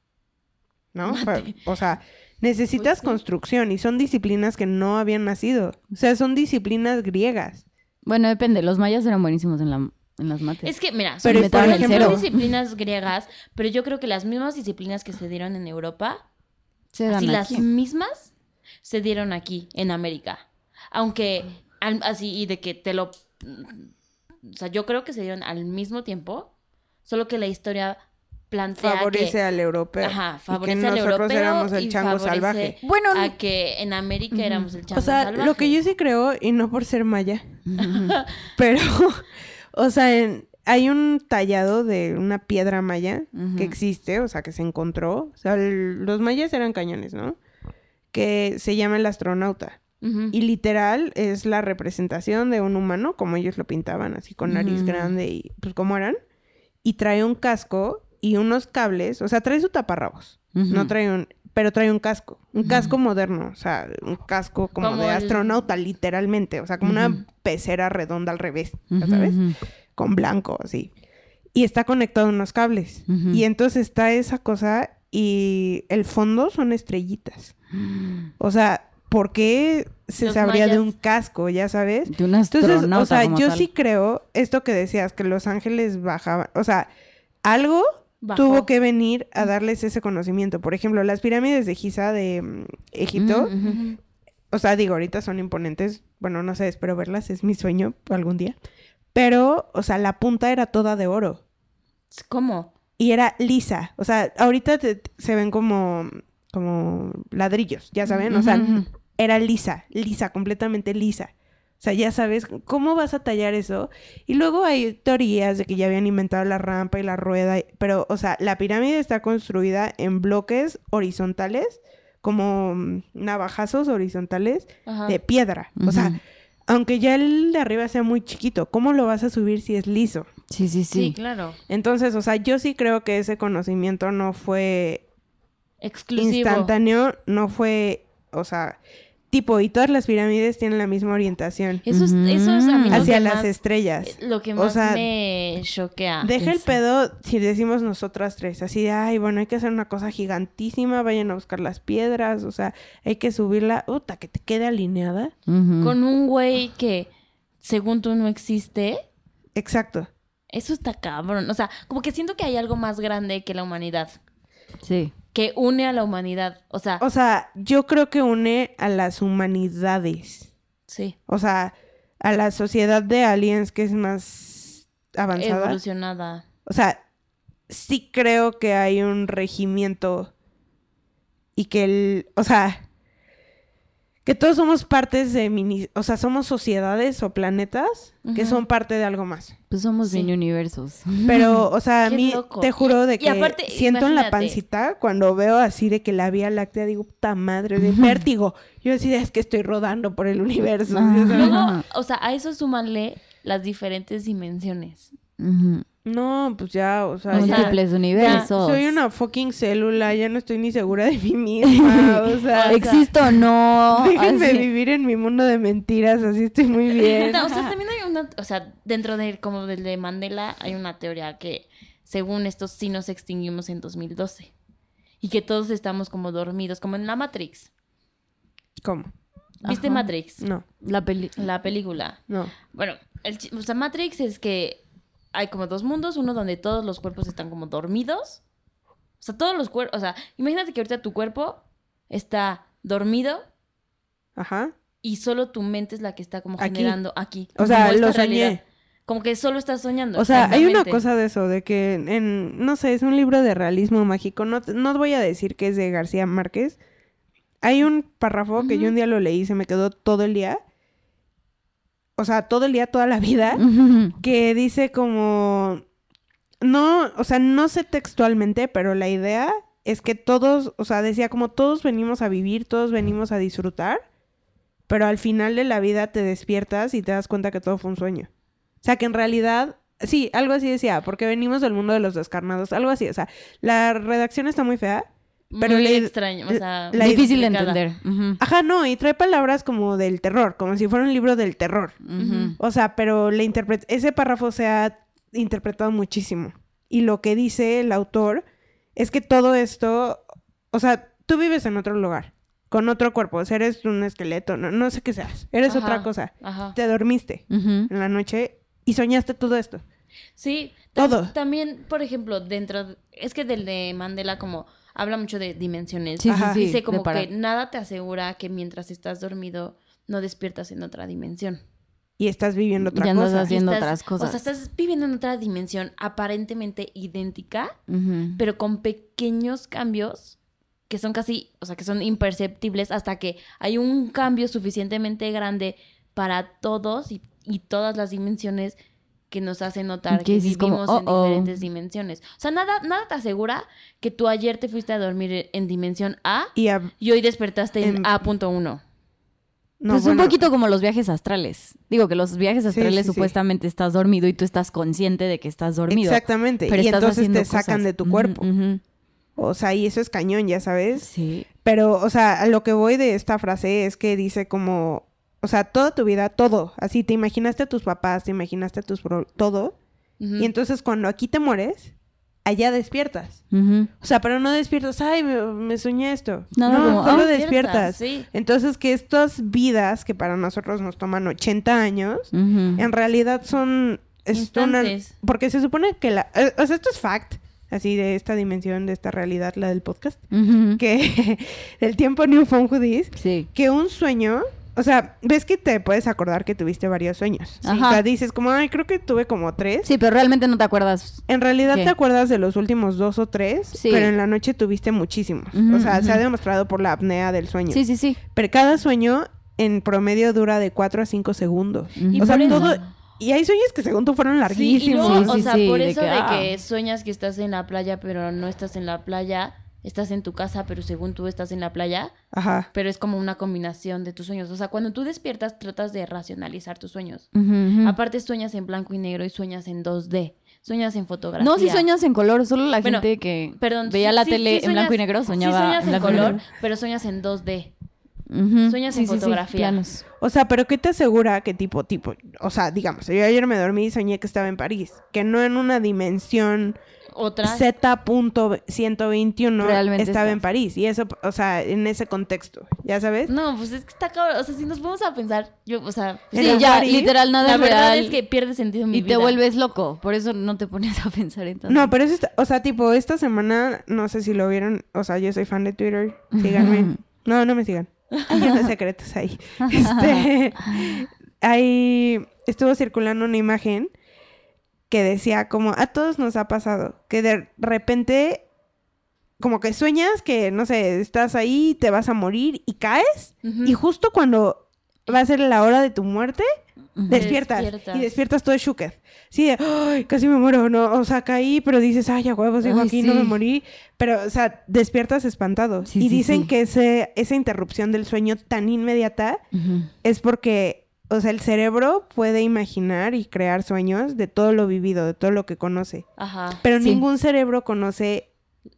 C: ¿no? Pa- O sea, necesitas
D: Pues sí.
C: construcción y son disciplinas que no habían nacido. O sea, son disciplinas griegas.
B: Bueno, depende. Los mayas eran buenísimos en, la, en las mates.
D: Es que, mira,
B: Pero,
D: son,
B: por
D: por
B: ejemplo,
D: ejemplo, disciplinas griegas, pero yo creo que las mismas disciplinas que se dieron en Europa,
B: Se dan
D: así las
B: aquí.
D: mismas se dieron aquí, en América. Aunque, al- así, y de que te lo... O sea, yo creo que se dieron al mismo tiempo, solo que la historia plantea
C: Favorece
D: que...
C: al europeo.
D: Ajá,
C: Y
D: favorece
C: que
D: al
C: nosotros
D: europeo
C: éramos
D: y
C: el chango
D: favorece
C: salvaje.
B: Bueno,
D: a que en América éramos el chango
C: O sea,
D: salvaje.
C: lo que yo sí creo, y no por ser maya, pero, o sea, en- hay un tallado de una piedra maya
B: Ujú.
C: que existe, o sea, que se encontró. O sea, el- los mayas eran cañones, ¿no? Que se llama el astronauta.
D: Ujú.
C: Y literal es la representación de un humano, como ellos lo pintaban, así con nariz
B: Ujú.
C: grande y pues como eran. Y trae un casco y unos cables, o sea, trae su taparrabos. No
B: Ujú.
C: trae un, pero trae un casco, un casco moderno, o sea, un casco como,
D: Como
C: de
D: el-
C: astronauta, literalmente, o sea, como una pecera redonda al revés, ya
B: Ujú,
C: ¿sabes?
B: ujú.
C: Con blanco, así. y está conectado a unos cables.
B: Ujú.
C: Y entonces está esa cosa y el fondo son estrellitas. O sea, ¿por qué se
D: Los
C: sabría de
D: mayas.
C: un casco, ya sabes?
B: De un
C: Entonces,
B: astronauta.
C: o sea,
B: como
C: yo
B: tal.
C: sí creo esto que decías, que los ángeles bajaban, o sea, algo
D: Bajó.
C: tuvo que venir a darles ese conocimiento. Por ejemplo, las pirámides de Giza de mm, Egipto,
B: Ujú, ujú.
D: Ujú.
C: o sea, digo, ahorita son imponentes, bueno, no sé, espero verlas, es mi sueño algún día. Pero, o sea, la punta era toda de oro
D: ¿Cómo?
C: y era lisa. O sea, ahorita te- te- se ven como, como ladrillos, ya saben. O sea,
B: Ujú.
C: era lisa, lisa, completamente lisa. O sea, ya sabes, ¿cómo vas a tallar eso? Y luego hay teorías de que ya habían inventado la rampa y la rueda, y- pero, o sea, la pirámide está construida en bloques horizontales, como mm, navajazos horizontales
D: Ajá.
C: de piedra. O sea,
B: Ah. Ujú.
C: aunque ya el de arriba sea muy chiquito, ¿cómo lo vas a subir si es liso?
B: Sí, sí,
D: sí.
B: sí.
D: claro.
C: Entonces, o sea, yo sí creo que ese conocimiento no fue
D: Exclusivo.
C: instantáneo, no fue, o sea, tipo, y todas las pirámides tienen la misma orientación
D: Eso es, eso es a mí lo
C: hacia
D: que
C: las
D: más-
C: estrellas.
D: Lo que
C: O
D: más
C: sea,
D: me choquea.
C: Deja el
B: sí.
C: pedo si decimos nosotras tres, así de, ay, bueno, hay que hacer una cosa gigantísima, vayan a buscar las piedras, o sea, hay que subirla, puta, que te quede alineada.
B: Ujú.
D: Con un güey que, según tú, no existe.
C: Exacto.
D: Eso está cabrón. O sea, como que siento que hay algo más grande que la humanidad.
B: Sí.
D: Que une a la humanidad. O sea,
C: O sea, yo creo que une a las humanidades.
D: sí.
C: O sea, a la sociedad de aliens que es más avanzada.
D: Evolucionada.
C: O sea, sí creo que hay un regimiento y que el, o sea, que todos somos partes de mini, o sea, somos sociedades o planetas que
D: Ujú.
C: son parte de algo más.
B: Pues somos
D: Sí.
B: mini universos.
C: Pero, o sea, a
D: Qué
C: mí
D: loco.
C: te juro de
D: Y
C: que
D: aparte,
C: siento en la
D: imagínate.
C: pancita cuando veo así de que la Vía Láctea digo, "Puta madre, de vértigo." Yo así de, es que estoy rodando por el universo.
B: Ajá.
C: ¿sí sabes?
D: Luego, o sea, a eso súmanle las diferentes dimensiones.
B: Ujú.
C: No, pues ya, o sea, ya-
B: Múltiples universos.
C: Soy una fucking célula, ya no estoy ni segura de mí misma. O sea,
B: ¿Existo o no?
C: déjenme
B: Así.
C: vivir en mi mundo de mentiras, así estoy muy bien.
D: No, o sea, también hay una, o sea, dentro de como del de Mandela hay una teoría que según estos sí nos extinguimos en 2012 y que todos estamos como dormidos, como en la Matrix.
C: ¿Cómo?
D: ¿Viste
B: Ajá.
D: Matrix?
C: No,
B: La peli.
D: La película.
C: no.
D: Bueno, el, chi- o sea, Matrix es que hay como dos mundos, uno donde todos los cuerpos están como dormidos. O sea, todos los cuerpos, o sea, imagínate que ahorita tu cuerpo está dormido
C: Ajá.
D: y solo tu mente es la que está como
C: Aquí.
D: generando aquí.
C: O sea,
D: como esta
C: lo soñé.
D: realidad. Como que solo estás soñando.
C: O sea, hay una
D: exactamente.
C: cosa de eso, de que en, no sé, es un libro de realismo mágico. No, no voy a decir que es de García Márquez. Hay un párrafo que yo un día lo leí, se me quedó todo el día. O sea, todo el día, toda la vida.
B: Ujú.
C: que dice como no, o sea, no sé textualmente, pero la idea es que todos, o sea, decía como todos venimos a vivir, todos venimos a disfrutar, pero al final de la vida te despiertas y te das cuenta que todo fue un sueño. O sea, que en realidad, sí, algo así decía, porque venimos del mundo de los descarnados, algo así, o sea, la redacción está muy fea. pero
D: Muy
C: le-
D: extraño, o sea,
C: la-
B: Difícil de
D: complicada.
B: entender. Ujú.
C: Ajá, no, y trae palabras como del terror, como si fuera un libro del terror.
B: Ujú.
C: O sea, pero la interpre- ese párrafo se ha interpretado muchísimo. Y lo que dice el autor es que todo esto, o sea, tú vives en otro lugar, con otro cuerpo, o sea, eres un esqueleto, no, no sé qué seas, eres
D: Ajá,
C: otra cosa.
D: Ajá.
C: Te dormiste
B: Ujú.
C: en la noche y soñaste todo esto.
D: Sí,
C: Todo.
D: todo. También, por ejemplo, dentro de- es que del de Mandela como habla mucho de dimensiones.
B: Sí,
D: ah,
B: sí,
C: Ajá.
B: sí.
D: Dice
B: de
D: como que
B: parar.
D: nada te asegura que mientras estás dormido no despiertas en otra dimensión.
C: Y estás viviendo otra
B: Ya andas
C: cosa.
B: así. Haciendo
D: Estás-
B: otras cosas.
D: O sea, estás viviendo en otra dimensión aparentemente idéntica,
B: Ujú.
D: pero con pequeños cambios que son casi, o sea, que son imperceptibles hasta que hay un cambio suficientemente grande para todos y, y todas las dimensiones que nos hace notar
B: Y
D: que
B: que dices como,
D: vivimos en
B: "Oh, oh".
D: diferentes dimensiones. O sea, nada, nada te asegura que tú ayer te fuiste a dormir en dimensión A
C: Y a-
D: y hoy despertaste en,
C: En-
D: A.1.
C: no,
B: pues
C: bueno,
B: un poquito como los viajes astrales. Digo que los viajes astrales
C: sí, sí.
B: supuestamente estás dormido y tú estás consciente de que estás dormido.
C: Exactamente.
B: Pero
C: y
B: estás
C: entonces
B: haciendo
C: te sacan
B: cosas.
C: de tu
B: Ujú,
C: cuerpo.
B: ujú.
C: O sea, y eso es cañón, ya sabes.
B: Sí.
C: Pero, o sea, a lo que voy de esta frase es que dice como, o sea, toda tu vida, todo, así, te imaginaste a tus papás, te imaginaste a tus, pro- todo,
D: Ujú.
C: Y entonces cuando aquí te mueres, allá despiertas.
B: Ujú.
C: O sea, pero no despiertas, ay, me, me soñé esto.
B: No,
C: No,
B: como,
C: solo
B: ah,
C: despiertas.
D: Sí.
C: Entonces que estas vidas que para nosotros nos toman 80 años,
B: Ujú.
C: en realidad son... es una-
D: Instantes.
C: porque se supone que la... eh, O sea, esto es fact, así de esta dimensión, de esta realidad, la del podcast,
B: Ujú.
C: que el tiempo New Phone Hoodies,
B: Sí.
C: que un sueño... O sea, ves que te puedes acordar que tuviste varios sueños.
B: Ajá.
C: O sea, dices como, ay, creo que tuve como tres.
B: Sí, pero realmente no te acuerdas.
C: En realidad
B: ¿Qué?
C: te acuerdas de los últimos dos o tres,
B: Sí.
C: pero en la noche tuviste muchísimos.
B: Ujú,
C: o sea, se ha
B: ujú.
C: demostrado por la apnea del sueño.
B: Sí, sí, sí.
C: Pero cada sueño en promedio dura de 4 a 5 segundos.
B: Y
C: o sea,
D: por eso-
C: todo... Y hay sueños que según tú fueron
D: Sí, y
C: larguísimos.
D: luego,
B: Sí,
D: o
B: sí,
D: sea,
B: sí,
D: por
B: de
D: eso
B: que,
D: de
B: ah.
D: que sueñas que estás en la playa, pero no estás en la playa, estás en tu casa, pero según tú estás en la playa,
C: Ajá.
D: pero es como una combinación de tus sueños. O sea, cuando tú despiertas, tratas de racionalizar tus sueños.
B: Ujú, ujú.
D: Aparte, sueñas en blanco y negro y sueñas en 2D, sueñas en fotografía.
B: No, sí sueñas en color, solo la
D: Bueno,
B: gente que
D: Perdón,
B: veía
D: sí-
B: la
D: sí-
B: tele
D: sí
B: en blanco y
D: sueñas-
B: negro
D: sí
B: soñaba
D: sueñas
B: en
D: en
B: blanco y
D: color,
B: negro.
D: pero sueñas en 2D.
B: Ujú.
D: Sueñas en fotografía.
B: planos.
C: O sea, pero ¿qué te asegura que tipo, tipo, o sea, digamos, yo ayer me dormí y soñé que estaba en París, que no en una dimensión
D: Otra.
C: Z.121 estaba
B: Realmente estás.
C: en París. Y eso, o sea, en ese contexto, ¿ya sabes?
D: No, pues es que está cabrón. O sea, si nos vamos a pensar, yo, o sea,
C: En
B: Sí,
C: la
B: ya,
C: París,
B: literal, nada
D: la
B: es
D: verdad
B: real.
D: es que pierde sentido mi
B: y
D: vida.
B: te vuelves loco. Por eso no te pones a pensar en tanto.
C: No, pero eso está, o sea, tipo, esta semana, no sé si lo vieron, o sea, yo soy fan de Twitter, síganme. No, no me sigan. Hay unos secretos ahí. Este, ahí estuvo circulando una imagen que decía como, a todos nos ha pasado, que de repente, como que sueñas que, no sé, estás ahí, te vas a morir y caes,
D: Ujú.
C: y justo cuando va a ser la hora de tu muerte,
B: Ujú.
C: despiertas,
D: despiertas.
C: y despiertas todo shooked. Sí, de, "Ay, casi me muero, no, o sea, caí, pero dices, ay, a huevos, sigo
B: Ay,
C: aquí, no me
B: sí.
C: morí. Pero, o sea, despiertas espantado.
B: Sí,
C: y
B: sí,
C: dicen
B: sí.
C: que ese, esa interrupción del sueño tan inmediata
B: Ujú.
C: es porque, o sea, el cerebro puede imaginar y crear sueños de todo lo vivido, de todo lo que conoce.
D: Ajá.
C: Pero
B: Sí.
C: ningún cerebro conoce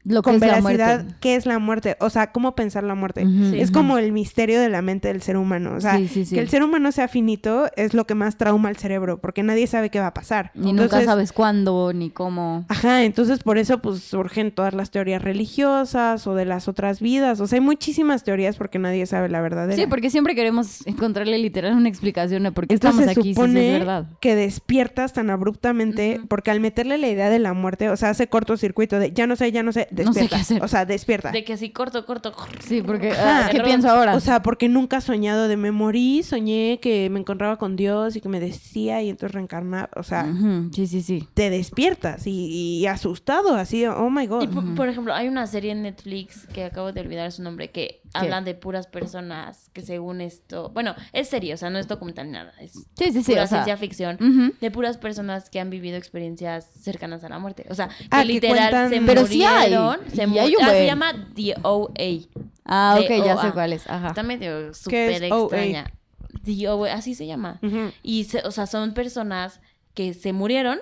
B: Lo que
C: con
B: es la
C: veracidad
B: muerte.
C: qué es la muerte, o sea, cómo pensar la muerte.
B: Ujú,
D: Sí.
C: Es
B: ujú.
C: como el misterio de la mente del ser humano. O sea,
B: Sí, sí, sí.
C: que el ser humano sea finito es lo que más trauma al cerebro, porque nadie sabe qué va a pasar.
B: Y nunca sabes cuándo ni cómo.
C: Ajá, entonces por eso pues surgen todas las teorías religiosas o de las otras vidas. O sea, hay muchísimas teorías porque nadie sabe la verdadera.
B: Sí, porque siempre queremos encontrarle literal una explicación de por qué
C: Esto
B: estamos
C: se
B: aquí, si sí
C: supone
B: es verdad.
C: que despiertas tan abruptamente
D: Ujú.
C: porque al meterle la idea de la muerte, o sea, hace cortocircuito de ya no sé, ya no sé,
B: No sé qué
C: despierta.
B: hacer.
C: O sea, despierta.
D: De que así corto, corto.
B: Sí, porque
C: Ajá.
B: ah, ¿qué pienso ahora?
C: O sea, porque nunca has soñado de me morí, soñé que me encontraba con Dios y que me decía y entonces reencarnaba. O sea,
B: Ujú, Sí, sí, sí.
C: te despiertas y, y asustado, así, oh my
D: Y
C: god.
D: por, por ejemplo, hay una serie en Netflix que acabo de olvidar su nombre que hablan de puras personas que según esto, bueno, es serie, o sea, no es documental ni nada, es
B: Sí, sí, sí.
D: pura
B: o sea, mm.
D: ciencia ficción
B: ujú.
D: de puras personas que han vivido experiencias cercanas a la muerte, o sea, que
C: Ah, que
D: literal
C: cuentan-
D: se
B: Pero sí hay,
D: murieron, se,
B: y
D: mu-
B: hay un
D: ah, se
B: buen.
D: llama The OA.
B: Ah,
D: de
B: ok, ya
D: OA.
B: sé cuál Ah. es. Mm. Ajá.
D: Está medio
C: ¿Qué
D: súper
C: es OA?
D: extraña. The OA, así se llama.
C: Ujú.
D: Y se- o sea, son personas que se murieron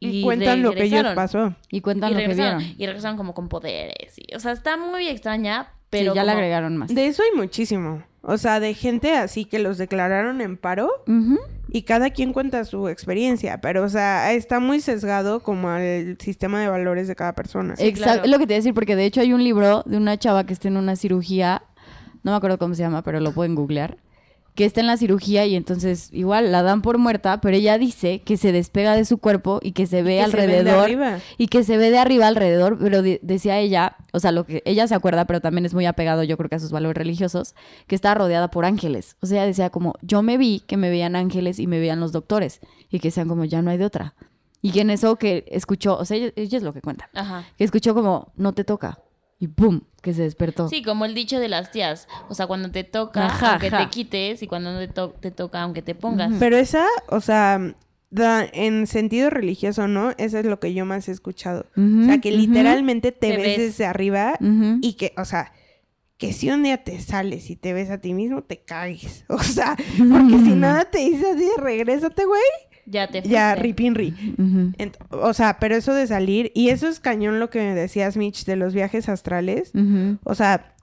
D: y,
C: Y cuentan lo que ellos
D: regresaron.
C: pasó.
B: Y cuentan
D: y
B: lo que
D: regresaron,
B: vieron.
D: y regresaron como con poderes. y- o sea, está muy extraña,
B: Sí,
D: pero
B: ya le
D: como-
B: agregaron más.
C: De eso hay muchísimo. O sea, de gente así que los declararon en paro
B: Ujú.
C: y cada quien cuenta su experiencia, pero o sea, está muy sesgado como al sistema de valores de cada persona.
D: Sí,
B: Exacto,
D: claro.
B: es lo que te iba a decir, porque de hecho hay un libro de una chava que está en una cirugía, no me acuerdo cómo se llama, pero lo pueden googlear, que está en la cirugía y entonces igual la dan por muerta, pero ella dice que se despega de su cuerpo y que se ve
C: Que se ven de
B: alrededor
C: arriba.
B: y que se ve de arriba alrededor, pero de- decía ella, o sea, lo que ella se acuerda, pero también es muy apegado yo creo que a sus valores religiosos, que estaba rodeada por ángeles. O sea, ella decía como, yo me vi que me veían ángeles y me veían los doctores y que sean como, ya no hay de otra. Y que en eso que escuchó, o sea, ella, ella es lo que cuenta
D: Ajá.
B: que escuchó como, no te toca. Y ¡pum! que se despertó.
D: Sí, como el dicho de las tías. O sea, cuando te toca,
B: Ajá,
D: aunque
B: ajá.
D: te quites, y cuando no te, to- te toca, aunque te pongas.
C: Pero esa, o sea, da- en sentido religioso, ¿no? Eso es lo que yo más he escuchado.
B: Ujú,
C: o sea, que
B: ujú.
C: literalmente te,
D: Te
C: ves,
D: ves.
C: desde arriba
B: Ujú.
C: y que, o sea, que si un día te sales y te ves a ti mismo, te cagues. O sea, porque si nada te dices así, de, regrésate, güey.
D: Ya te
C: Ya,
D: fuiste.
C: ripinri.
B: Ujú.
C: Ent- O sea, pero eso de salir, y eso es cañón lo que me decías, Mitch, de los viajes astrales.
B: Ujú.
C: O sea,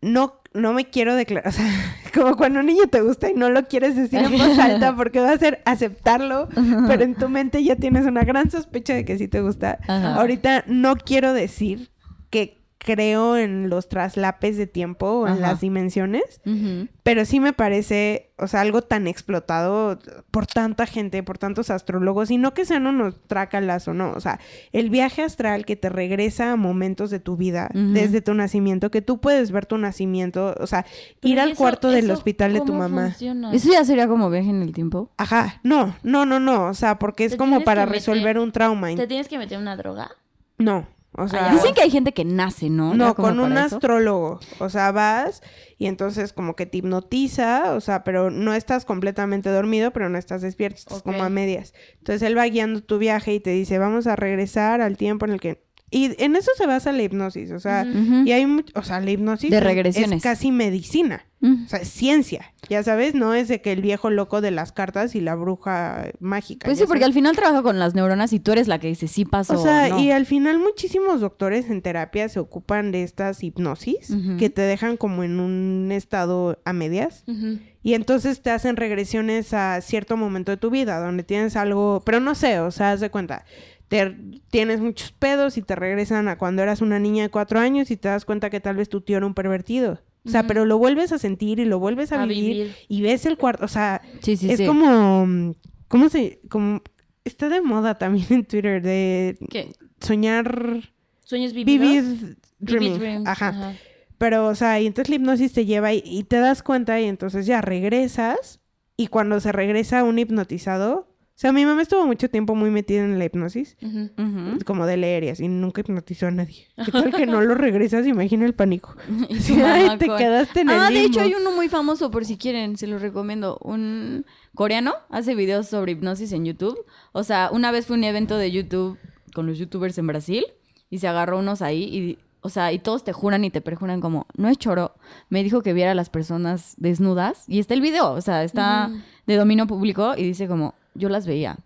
C: no, no me quiero declarar, o sea, como cuando un niño te gusta y no lo quieres decir en voz alta porque va a ser aceptarlo, pero en tu mente ya tienes una gran sospecha de que sí te gusta.
B: Ajá.
C: Ahorita no quiero decir que creo en los traslapes de tiempo o en
B: Ajá.
C: las dimensiones,
B: Ujú.
C: pero sí me parece, o sea, algo tan explotado por tanta gente, por tantos astrólogos, y no que sean unos trácalas o no, o sea, el viaje astral que te regresa a momentos de tu vida,
B: Ujú.
C: desde tu nacimiento, que tú puedes ver tu nacimiento, o sea, ir
D: Pero ¿y
C: al
D: eso-
C: cuarto del
D: eso
C: hospital de tu
D: cómo
C: mamá.
D: funciona?
B: Eso ya sería como viaje en el tiempo.
C: Ajá, no, no, no, no, o sea, porque es
D: Te
C: como
D: tienes
C: para
D: que meter-
C: resolver un trauma.
D: ¿Te tienes que meter una droga?
C: No, o sea...
D: Ah,
B: Dicen que hay gente que nace, ¿no? Ya
C: No,
B: como
C: con un
B: para eso.
C: astrólogo. O sea, vas y entonces como que te hipnotiza, o sea, pero no estás completamente dormido, pero no estás despierto, estás
D: Ok.
C: como a medias. Entonces él va guiando tu viaje y te dice, vamos a regresar al tiempo en el que... Y en eso se basa la hipnosis, o sea,
D: Ujú.
B: Ujú.
C: y hay mucho, o sea, la hipnosis
B: De
C: es-
B: regresiones.
C: es casi medicina.
B: Mm.
C: O sea, es ciencia, ya sabes, no es de que el viejo loco de las cartas y la bruja mágica.
B: Pues
C: ya
B: sí, porque
C: sabes.
B: al final trabaja con las neuronas y tú eres la que dice sí pasó.
C: ¿eh? O sea,
B: no.
C: y al final muchísimos doctores en terapia se ocupan de estas hipnosis
B: Ujú.
C: que te dejan como en un estado a medias
D: Ujú.
C: y entonces te hacen regresiones a cierto momento de tu vida donde tienes algo, pero no sé, o sea, haz de cuenta, te, tienes muchos pedos y te regresan a cuando eras una niña de cuatro años y te das cuenta que tal vez tu tío era un pervertido. O sea,
D: Ujú.
C: pero lo vuelves a sentir y lo vuelves a,
D: A
C: vivir,
D: vivir.
C: y ves el cuarto, o sea,
B: sí, sí,
C: es
B: sí.
C: como, mm, ¿cómo se, como, está de moda también en Twitter de
D: ¿Qué?
C: soñar,
D: ¿Sueños vividos?
C: vivir,
D: Vivid
C: dreaming.
D: dreams,
C: Ajá. Pero, o sea, y entonces la hipnosis te lleva y, y te das cuenta y entonces ya regresas. Y cuando se regresa un hipnotizado, o sea, mi mamá estuvo mucho tiempo muy metida en la hipnosis,
D: Ujú.
B: Ujú.
C: como de leer y así, nunca hipnotizó a nadie. ¿Qué tal que no lo regresas? Imagina el pánico.
B: Y su
C: Sí,
B: mamá
C: ay, te
B: con-
C: quedaste en el
B: Ah, de hecho
C: limbo.
B: hay uno muy famoso por si quieren, se los recomiendo. Un coreano hace videos sobre hipnosis en YouTube. O sea, una vez fue un evento de YouTube con los youtubers en Brasil y se agarró unos ahí y o sea, y todos te juran y te perjuran como, no es choro. Me dijo que viera a las personas desnudas y está el video, o sea, está
D: Ujú.
B: de dominio público y dice como, yo las veía.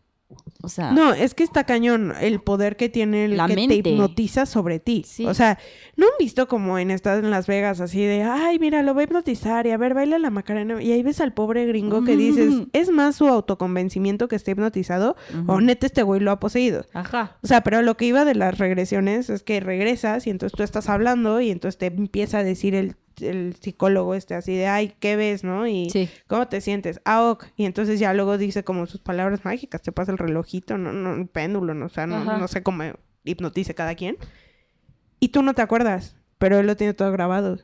B: O sea,
C: No, es que está cañón el poder que tiene el
B: Ah. La
C: que
B: mente.
C: te hipnotiza sobre ti.
B: Sí.
C: O sea, ¿no han visto como en estas en Las Vegas así de, ay, mira, lo voy a hipnotizar y a ver, baila la Macarena? Y ahí ves al pobre gringo que dices, es más su autoconvencimiento que esté hipnotizado o neta este güey lo ha poseído.
B: ajá.
C: O sea, pero lo que iba de las regresiones es que regresas y entonces tú estás hablando y entonces te empieza a decir el, el psicólogo este así de, ay, ¿qué ves, no? Y
B: Sí.
C: ¿cómo te sientes? Ah, ok. Y entonces ya luego dice como sus palabras mágicas, te pasa el relojito, no, no, el péndulo, no, o sea, no,
D: Ajá.
C: no sé cómo hipnotice cada quien. Y tú no te acuerdas, pero él lo tiene todo grabado.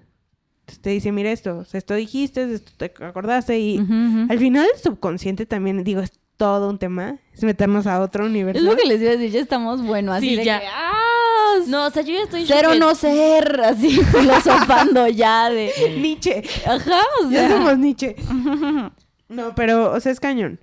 C: Entonces te dice, mira esto, o sea, esto dijiste, esto te acordaste y
B: Ujú, ujú.
C: al final el subconsciente también, digo, es todo un tema, es meternos a otro universo.
B: Es lo que les iba a decir, ya estamos bueno, así
D: Sí,
B: de
D: ya.
B: que, "Ah,
D: No, o sea, yo ya estoy... en
B: ser
D: shock
B: o
D: de-
B: no ser, así filosofando ya de...
C: Nietzsche.
B: Ajá, o
C: Ya
B: sea...
C: somos Nietzsche. No, pero, o sea, es cañón.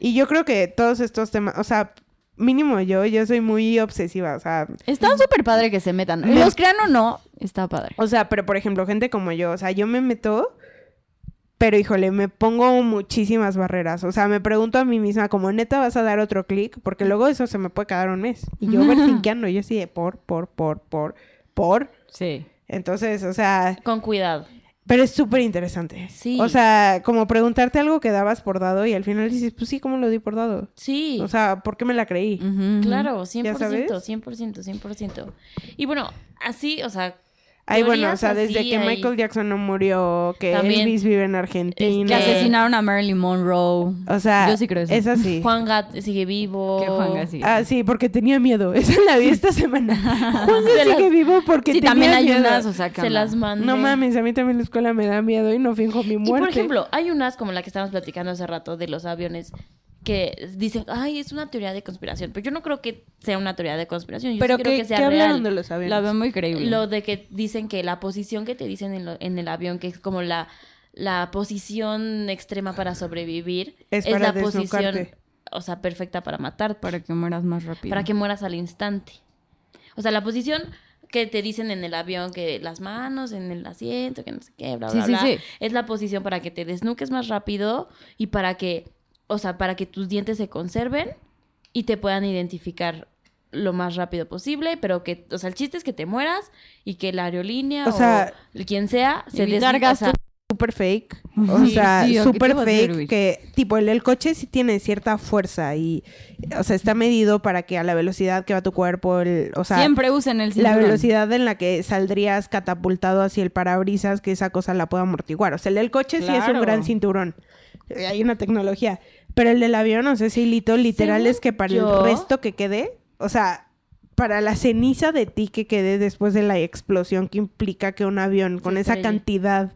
C: Y yo creo que todos estos temas, o sea, mínimo yo, yo soy muy obsesiva, o sea,
B: Está súper padre que se metan.
C: Me-
B: Los crean o no, está padre.
C: o sea, pero por ejemplo, gente como yo, o sea, yo me meto, pero híjole, me pongo muchísimas barreras, o sea, me pregunto a mí misma, como neta vas a dar otro clic, porque luego eso se me puede quedar un mes. Y yo overthinkeando, yo así de por, por, por, por, por.
B: Sí.
C: Entonces, o sea,
D: Con cuidado.
C: Pero es súper interesante.
D: Sí.
C: O sea, como preguntarte algo que dabas por dado y al final dices, pues sí, ¿cómo lo di por dado?
D: Sí. Mm.
C: O sea, ¿por qué me la creí?
D: Claro, 100%,
C: ¿Ya sabes?
D: 100%, 100%. Y bueno, así, o sea,
C: Ay, bueno, o
D: teorías
C: sea, desde
D: así
C: que
D: hay.
C: Michael Jackson no murió, que
D: También.
C: Elvis vive en
B: Que
C: Argentina.
D: Es
B: asesinaron a Marilyn Monroe.
C: O sea,
B: Yo sí creo eso.
C: es así.
D: Juan Gat sigue vivo.
B: Que Juan Gat sigue.
C: Ah, sí, porque tenía miedo. Esa la vi esta semana. Juan
D: Se
C: sigue
D: las-
C: vivo porque
B: sí,
C: tenía
B: también hay
C: miedo.
B: unas, o sea, que
D: Se las mandé.
C: No mames, a mí también la escuela me da miedo y no finjo mi
D: Y
C: muerte.
D: por ejemplo, hay unas como la que estábamos platicando hace rato de los aviones que dicen, ay, es una teoría de conspiración. Pero yo no creo que sea una teoría de conspiración. Yo
C: pero
D: sí
C: que,
D: creo que sea
C: hablaron
D: real.
C: de los aviones?
B: La veo muy creíble.
D: Lo de que dicen que la posición que te dicen en, lo- en el avión, que es como la, la posición extrema para sobrevivir,
C: Es
D: es,
C: para
D: la posición,
C: desnucarte.
D: o sea, perfecta para matarte.
B: Para que mueras más rápido.
D: para que mueras al instante. O sea, la posición que te dicen en el avión, que las manos en el asiento, que no sé qué, bla,
B: Sí,
D: bla,
B: sí,
D: bla,
B: sí.
D: es la posición para que te desnuques más rápido y para que, o sea, para que tus dientes se conserven y te puedan identificar lo más rápido posible, pero que, o sea, el chiste es que te mueras y que la aerolínea
C: O
D: o,
C: sea,
D: quien sea se
B: Evitar
D: desnuque, o
B: gastos
D: sea,
C: súper fake. O
B: Sí,
C: sea,
B: sí, ¿a qué te
C: súper
B: vas a
C: fake.
B: ver, güey?
C: que, tipo, el, el coche sí tiene cierta fuerza y, o sea, está medido para que a la velocidad que va tu cuerpo, el- o sea,
B: Siempre usen el
C: la
B: cinturón.
C: velocidad en la que saldrías catapultado hacia el parabrisas, que esa cosa la pueda amortiguar. O sea, el del coche sí es un
B: Claro.
C: gran cinturón. Eh, Hay una tecnología. Pero el del avión, o sea, sí, Lito, literal
D: Según
C: es que para
D: yo-
C: el resto que quede, o sea, para la ceniza de ti que quede después de la explosión que implica que un avión con
D: Se
C: esa
D: estrelle.
C: cantidad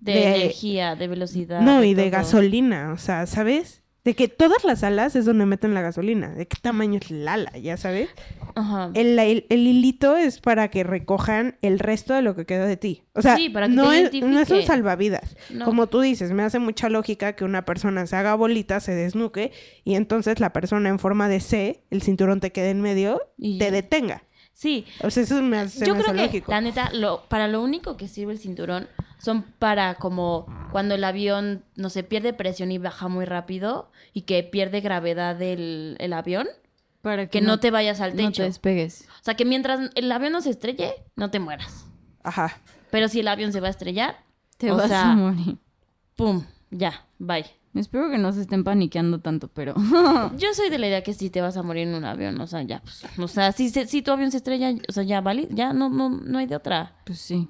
D: De,
C: de-
D: energía, de velocidad.
C: no, y de
D: todo.
C: gasolina, o sea, ¿sabes? De que todas las alas es donde meten la gasolina. ¿De qué tamaño es la ala? Ya sabes.
D: Ajá.
C: El, el- el hilito es para que recojan el resto de lo que queda de ti. O sea,
D: Sí, para que
C: no,
D: te
C: es, no es un
D: identifique.
C: salvavidas.
D: No.
C: Como tú dices, me hace mucha lógica que una persona se haga bolita, se desnuque, y entonces la persona en forma de C, el cinturón te quede en medio,
D: Y-
C: te detenga.
D: Sí,
C: O sea, eso me hace,
D: yo
C: me hace
D: creo que
C: lógico.
D: la neta, lo, para lo único que sirve el cinturón son para como cuando el avión, no sé, pierde presión y baja muy rápido y que pierde gravedad el, el avión,
B: Para
D: que no, te vayas al
B: No te
D: techo.
B: despegues.
D: O sea, que mientras el avión no se estrelle, no te mueras.
C: Ajá.
D: Pero si el avión se va a estrellar,
B: Te
D: O
B: vas
D: sea-
B: a morir.
D: ¡pum! Ya, bye.
B: Espero que no se estén paniqueando tanto, pero...
D: Yo soy de la idea que si te vas a morir en un avión, o sea, ya, pues, o sea, si, se- si tu avión se estrella, o sea, ya, vale, ya, no, no, no hay de otra.
B: Pues sí.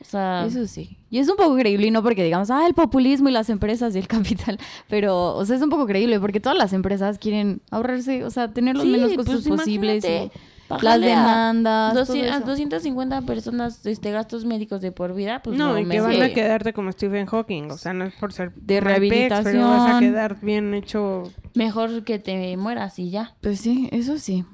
D: O sea,
B: Eso sí. Y es un poco creíble, y no porque digamos, ah, el populismo y las empresas y el capital, pero, o sea, es un poco creíble porque todas las empresas quieren ahorrarse, o sea, tener los
D: Sí,
B: menos
D: pues,
B: costos posibles.
D: imagínate,
B: y las
D: bájale a
B: demandas. todo
D: 200 a
B: eso.
D: 250 personas este gastos médicos de por vida, pues
C: no,
D: no,
C: y
D: me-
C: que van a
B: sí.
C: quedarte como Stephen Hawking. O sea, no es por ser
B: De
C: mal pex, pero vas a
B: rehabilitación.
C: quedar bien hecho.
D: mejor que te mueras y ya.
B: Pues sí, eso sí.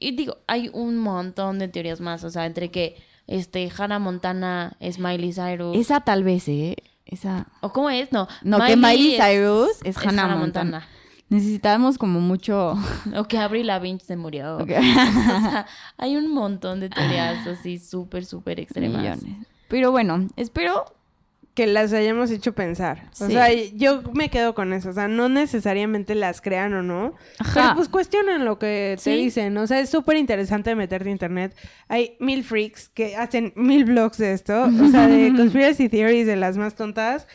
D: Y digo, hay un montón de teorías más, o sea, entre que este Hannah Montana es Miley Cyrus.
B: Esa tal vez, ¿eh? Esa.
D: ¿O cómo es? No,
B: No, que Miley Cyrus es Hannah
D: Montana.
B: Necesitamos como mucho.
D: O que Avril Lavigne se murió.
B: Ok.
D: O sea, hay un montón de teorías así súper, súper extremas.
B: millones. Pero bueno, espero.
C: que las hayamos hecho pensar. O
B: Sí.
C: sea, yo me quedo con eso. O sea, no necesariamente las crean o no. Pero pues cuestionen lo que te
D: Sí.
C: dicen. O sea, es súper interesante meterte a internet. Hay mil freaks que hacen mil blogs de esto. O sea, de conspiracy theories de las más tontas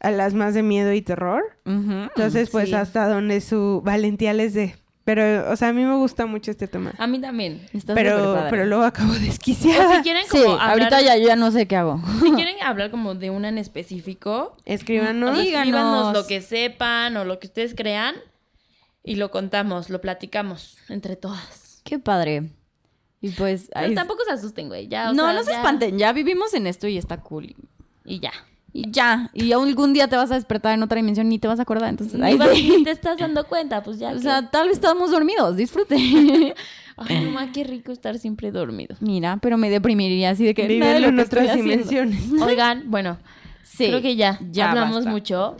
C: a las más de miedo y terror.
B: Ujú.
C: Entonces, pues
B: Sí.
C: hasta donde su valentía les dé. Pero, o sea, a mí me gusta mucho este tema.
D: A mí también.
B: Está súper
C: Pero,
B: padre.
C: pero luego acabo
D: O si
C: desquiciada.
D: quieren
B: Sí,
D: como hablar-
B: ahorita ya, yo ya no sé qué hago.
D: Si quieren hablar como de una en específico,
C: Escríbanos.
B: Sí. Díganos.
D: díganos lo que sepan o lo que ustedes crean y lo contamos, lo platicamos entre todas.
B: Qué padre. Y pues.
D: Pero
B: ahí-
D: tampoco se asusten, güey. Ya, o
B: no,
D: sea,
B: no se
D: ya.
B: espanten. Ya vivimos en esto y está cool.
D: Y ya.
B: Y ya. Y algún día te vas a despertar en otra dimensión y te vas a acordar. Entonces,
D: Ni
B: ahí
D: vas-
B: sí.
D: ni te estás dando cuenta, pues ya.
B: O
D: que-
B: sea, tal vez estamos dormidos. Disfrute.
D: Ay, mamá, qué rico estar siempre dormido.
B: Mira, pero me deprimiría así de que. nada de
C: Viven
B: lo
C: en
B: que estoy
C: otras
B: haciendo.
C: dimensiones.
D: Oigan, bueno,
B: Sí.
D: creo que ya,
B: ya
D: hablamos
B: basta.
D: mucho.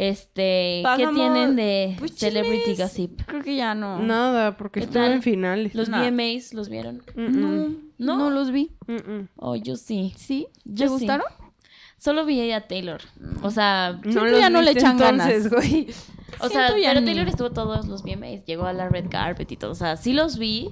D: Este,
B: Pasamos-
D: ¿qué tienen de
B: Pues,
D: celebrity
B: chismes.
D: gossip?
B: Creo que ya no.
C: Nada, porque
D: ¿Qué
C: estuve
D: tal?
C: en finales.
D: Los
B: Nada.
D: VMAs, ¿los vieron?
C: Mm,
B: No,
D: No.
B: los vi.
C: mm, mm,
D: Oh, yo sí.
B: Sí. ¿Te
D: Yo sí.
B: gustaron?
D: Solo vi a Taylor. O sea,
C: mm.
B: Siento ya
C: los
B: no le
C: viste
B: echan ganas.
C: entonces, güey.
D: o sea,
B: Siento ya
D: pero
B: ni-
D: Taylor estuvo todos los VMAs, llegó a la red carpet y todo. O sea, sí los vi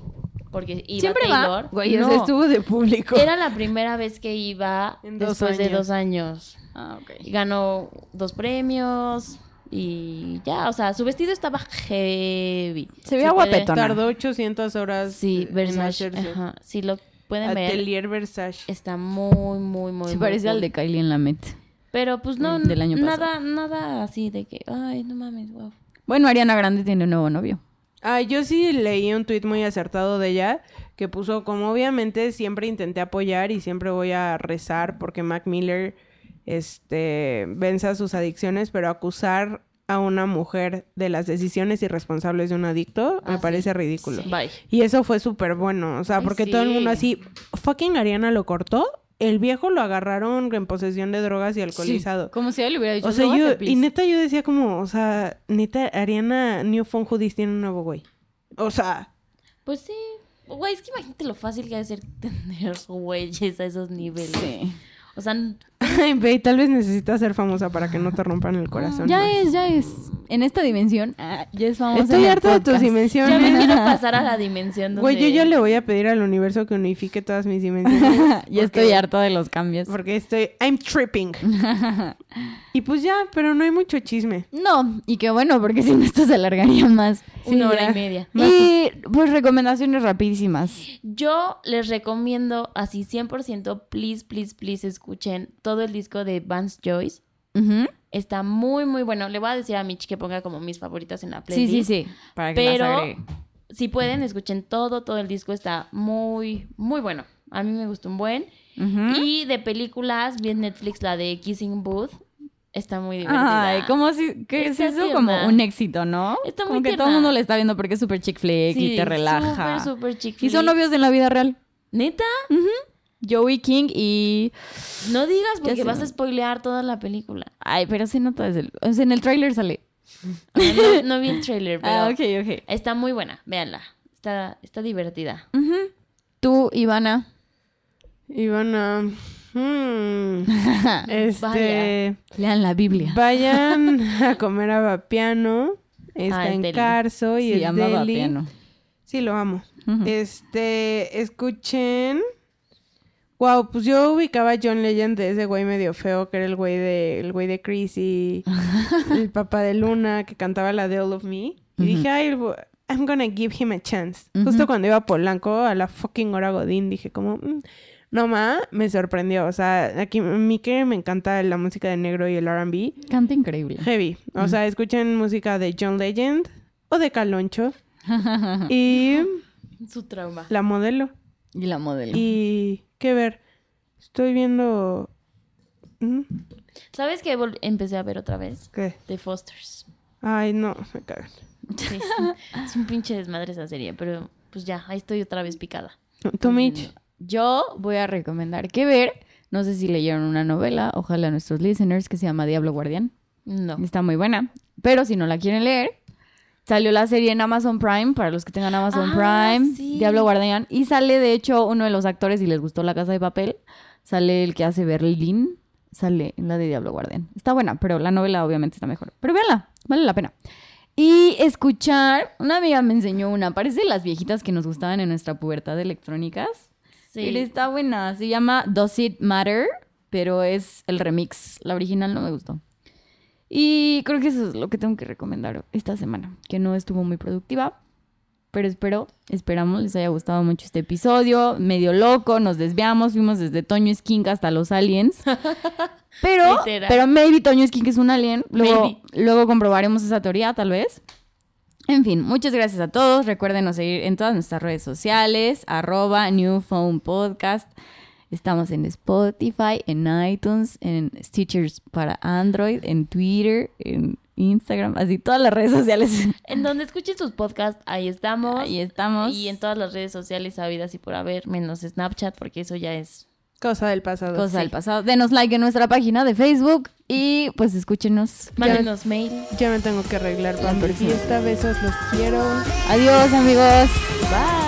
D: porque iba
B: Siempre va,
D: Taylor.
B: güey,
C: o
B: No.
C: sea, estuvo de público.
D: Era la primera vez que iba
C: En dos
D: después de
C: años.
D: dos años.
B: Ah,
D: Y
B: ok.
D: Ganó dos premios y ya, o sea, su vestido estaba heavy.
B: Se veía
D: Si puede-
B: guapetona.
C: Tardó 800 horas.
D: Sí,
C: eh, en
D: Versace.
C: hacerse.
D: Ajá. Si lo pueden ver,
C: Atelier Versace.
D: está muy, muy, muy.
B: Se
D: muy
B: parece al
D: cool.
B: de Kylie en la Met.
D: Pero pues no,
B: Mm, del año
D: nada, nada así de que, ay, no mames, wow.
B: Bueno, Ariana Grande tiene un nuevo novio.
C: Ah, yo sí leí un tuit muy acertado de ella que puso como obviamente siempre intenté apoyar y siempre voy a rezar porque Mac Miller este venza sus adicciones, pero acusar a una mujer de las decisiones irresponsables de un adicto
D: Ah,
C: me
D: sí.
C: parece ridículo.
D: Bye.
C: Y eso fue súper bueno, o sea,
D: Ay,
C: porque todo el mundo así,
D: sí.
C: fucking Ariana lo cortó, el viejo lo agarraron en posesión de drogas y alcoholizado.
B: Como si él le hubiera dicho.
C: O sea, yo,
B: "Drogate,
C: y
B: please".
C: neta yo decía como, o sea, neta, Ariana Newfound Hoodies tiene un nuevo güey. O sea,
D: Pues sí. Güey, es que imagínate lo fácil que ha de ser tener güeyes a esos niveles.
B: Sí.
D: O sea, n-
C: Ay, ve, tal vez necesitas ser famosa para que no te rompan el corazón.
B: Ya
C: ¿no?
B: es, ya es. En esta dimensión, ah, ya es famosa.
C: Estoy
B: en el
C: harta de tus
B: podcast.
D: Ya me
C: dimensiones.
D: quiero pasar a la dimensión donde...
C: Güey, yo ya le voy a pedir al universo que unifique todas mis dimensiones.
B: ya estoy harta de los cambios.
C: Porque estoy. I'm tripping. y pues ya, pero no hay mucho chisme.
B: No, y qué bueno, porque si no, esto se alargaría más.
D: Una
C: Sí,
D: hora
C: ya.
D: y media.
B: Y pues recomendaciones rapidísimas.
D: Yo les recomiendo así 100%, please, please, please escuchen todo el disco de Vance Joyce.
B: Ujú.
D: Está muy, muy bueno. Le voy a decir a Mitch que ponga como mis favoritas en la
B: Sí,
D: playlist.
B: sí, sí. Para que
D: Pero-
B: las agregue.
D: Si pueden, escuchen todo, todo el disco está muy, muy bueno. A mí me gustó un buen.
B: Ujú.
D: Y de películas, vi en Netflix la de Kissing Booth. Está muy divertida.
B: Ay, como si que es
D: Está
B: eso
D: tierna.
B: como un éxito, ¿no?
D: Está muy
B: como que todo el
D: tierna.
B: mundo le está viendo porque es súper chick flick y te relaja.
D: Súper, súper chick
B: y son
D: flick.
B: novios en la vida real.
D: ¿Neta?
B: Joey King y
D: No digas porque
B: sé.
D: vas a spoilear toda la película.
B: ay, pero se nota desde el, o sea, en el tráiler sale.
D: O sea, No, no vi el trailer, pero
B: Ah, ok, ok.
D: está muy buena. Véanla. Está, está divertida.
B: Ujú. Tú, Ivana.
C: Ivana. mm, este.
B: Lean la Biblia.
C: Vayan a comer a Vapiano. Está
D: Ah, es
C: en
D: deli.
C: Carso y
B: Se
C: es
B: llama
C: deli.
B: piano.
C: Sí, lo amo.
B: Ujú.
C: Este, escuchen. Wow, pues yo ubicaba a John Legend de ese güey medio feo, que era el güey de, el güey de Chrissy, el papá de Luna, que cantaba la de All of Me. Y dije, ay, el bu- I'm gonna give him a chance. Justo cuando iba a Polanco, a la fucking hora Godín, dije como, "Mm". no ma, me sorprendió. O sea, aquí, a mí que me encanta la música de negro y el R&B,
B: Canta increíble.
C: heavy. O sea, escuchen música de John Legend o de Caloncho. y
D: Su trauma.
C: la modelo.
B: Y la modelo.
C: Y qué ver. Estoy viendo. ¿Mm?
D: ¿Sabes qué vol- empecé a ver otra vez?
C: ¿Qué?
D: The Fosters.
C: Ay, no, me cagan.
D: Sí, es, es un pinche desmadre esa serie, pero pues ya, ahí estoy otra vez picada.
C: Tú, Mitch.
B: Yo voy a recomendar que ver. No sé si leyeron una novela, ojalá nuestros listeners, que se llama Diablo Guardián.
D: No.
B: Está muy buena. Pero si no la quieren leer, salió la serie en Amazon Prime, para los que tengan Amazon
D: Ah,
B: Prime,
D: sí.
B: Diablo Guardián. Y sale, de hecho, uno de los actores, y les gustó La Casa de Papel, sale el que hace Berlín, sale en la de Diablo Guardián. Está buena, pero la novela obviamente está mejor. Pero véanla, vale la pena. Y escuchar, una amiga me enseñó una, parece las viejitas que nos gustaban en nuestra pubertad electrónicas.
D: Sí.
B: Pero está buena. Se llama Does It Matter, pero es el remix. La original no me gustó. Y creo que eso es lo que tengo que recomendar esta semana, que no estuvo muy productiva. Pero espero, esperamos les haya gustado mucho este episodio. Medio loco, nos desviamos, fuimos desde Toño Esquinca hasta los aliens. Pero,
D: Literal.
B: pero maybe Toño Esquinca es un alien. Luego,
D: Maybe.
B: luego comprobaremos esa teoría, tal vez. En fin, muchas gracias a todos. Recuérdenos seguir en todas nuestras redes sociales, arroba New Phone Podcast. Estamos en Spotify, en iTunes, en Stitchers para Android, en Twitter, en Instagram, así todas las redes sociales.
D: En donde escuchen sus podcasts, ahí estamos.
B: Ahí estamos.
D: Y en todas las redes sociales habidas y por haber, menos Snapchat, porque eso ya es
C: Cosa del pasado.
B: Cosa
C: Sí.
B: del pasado. Denos like en nuestra página de Facebook y pues escúchenos.
D: Mándenos mail.
C: Ya me tengo que arreglar para mi
B: próxima.
C: fiesta. Besos, los quiero.
B: Adiós amigos. Bye.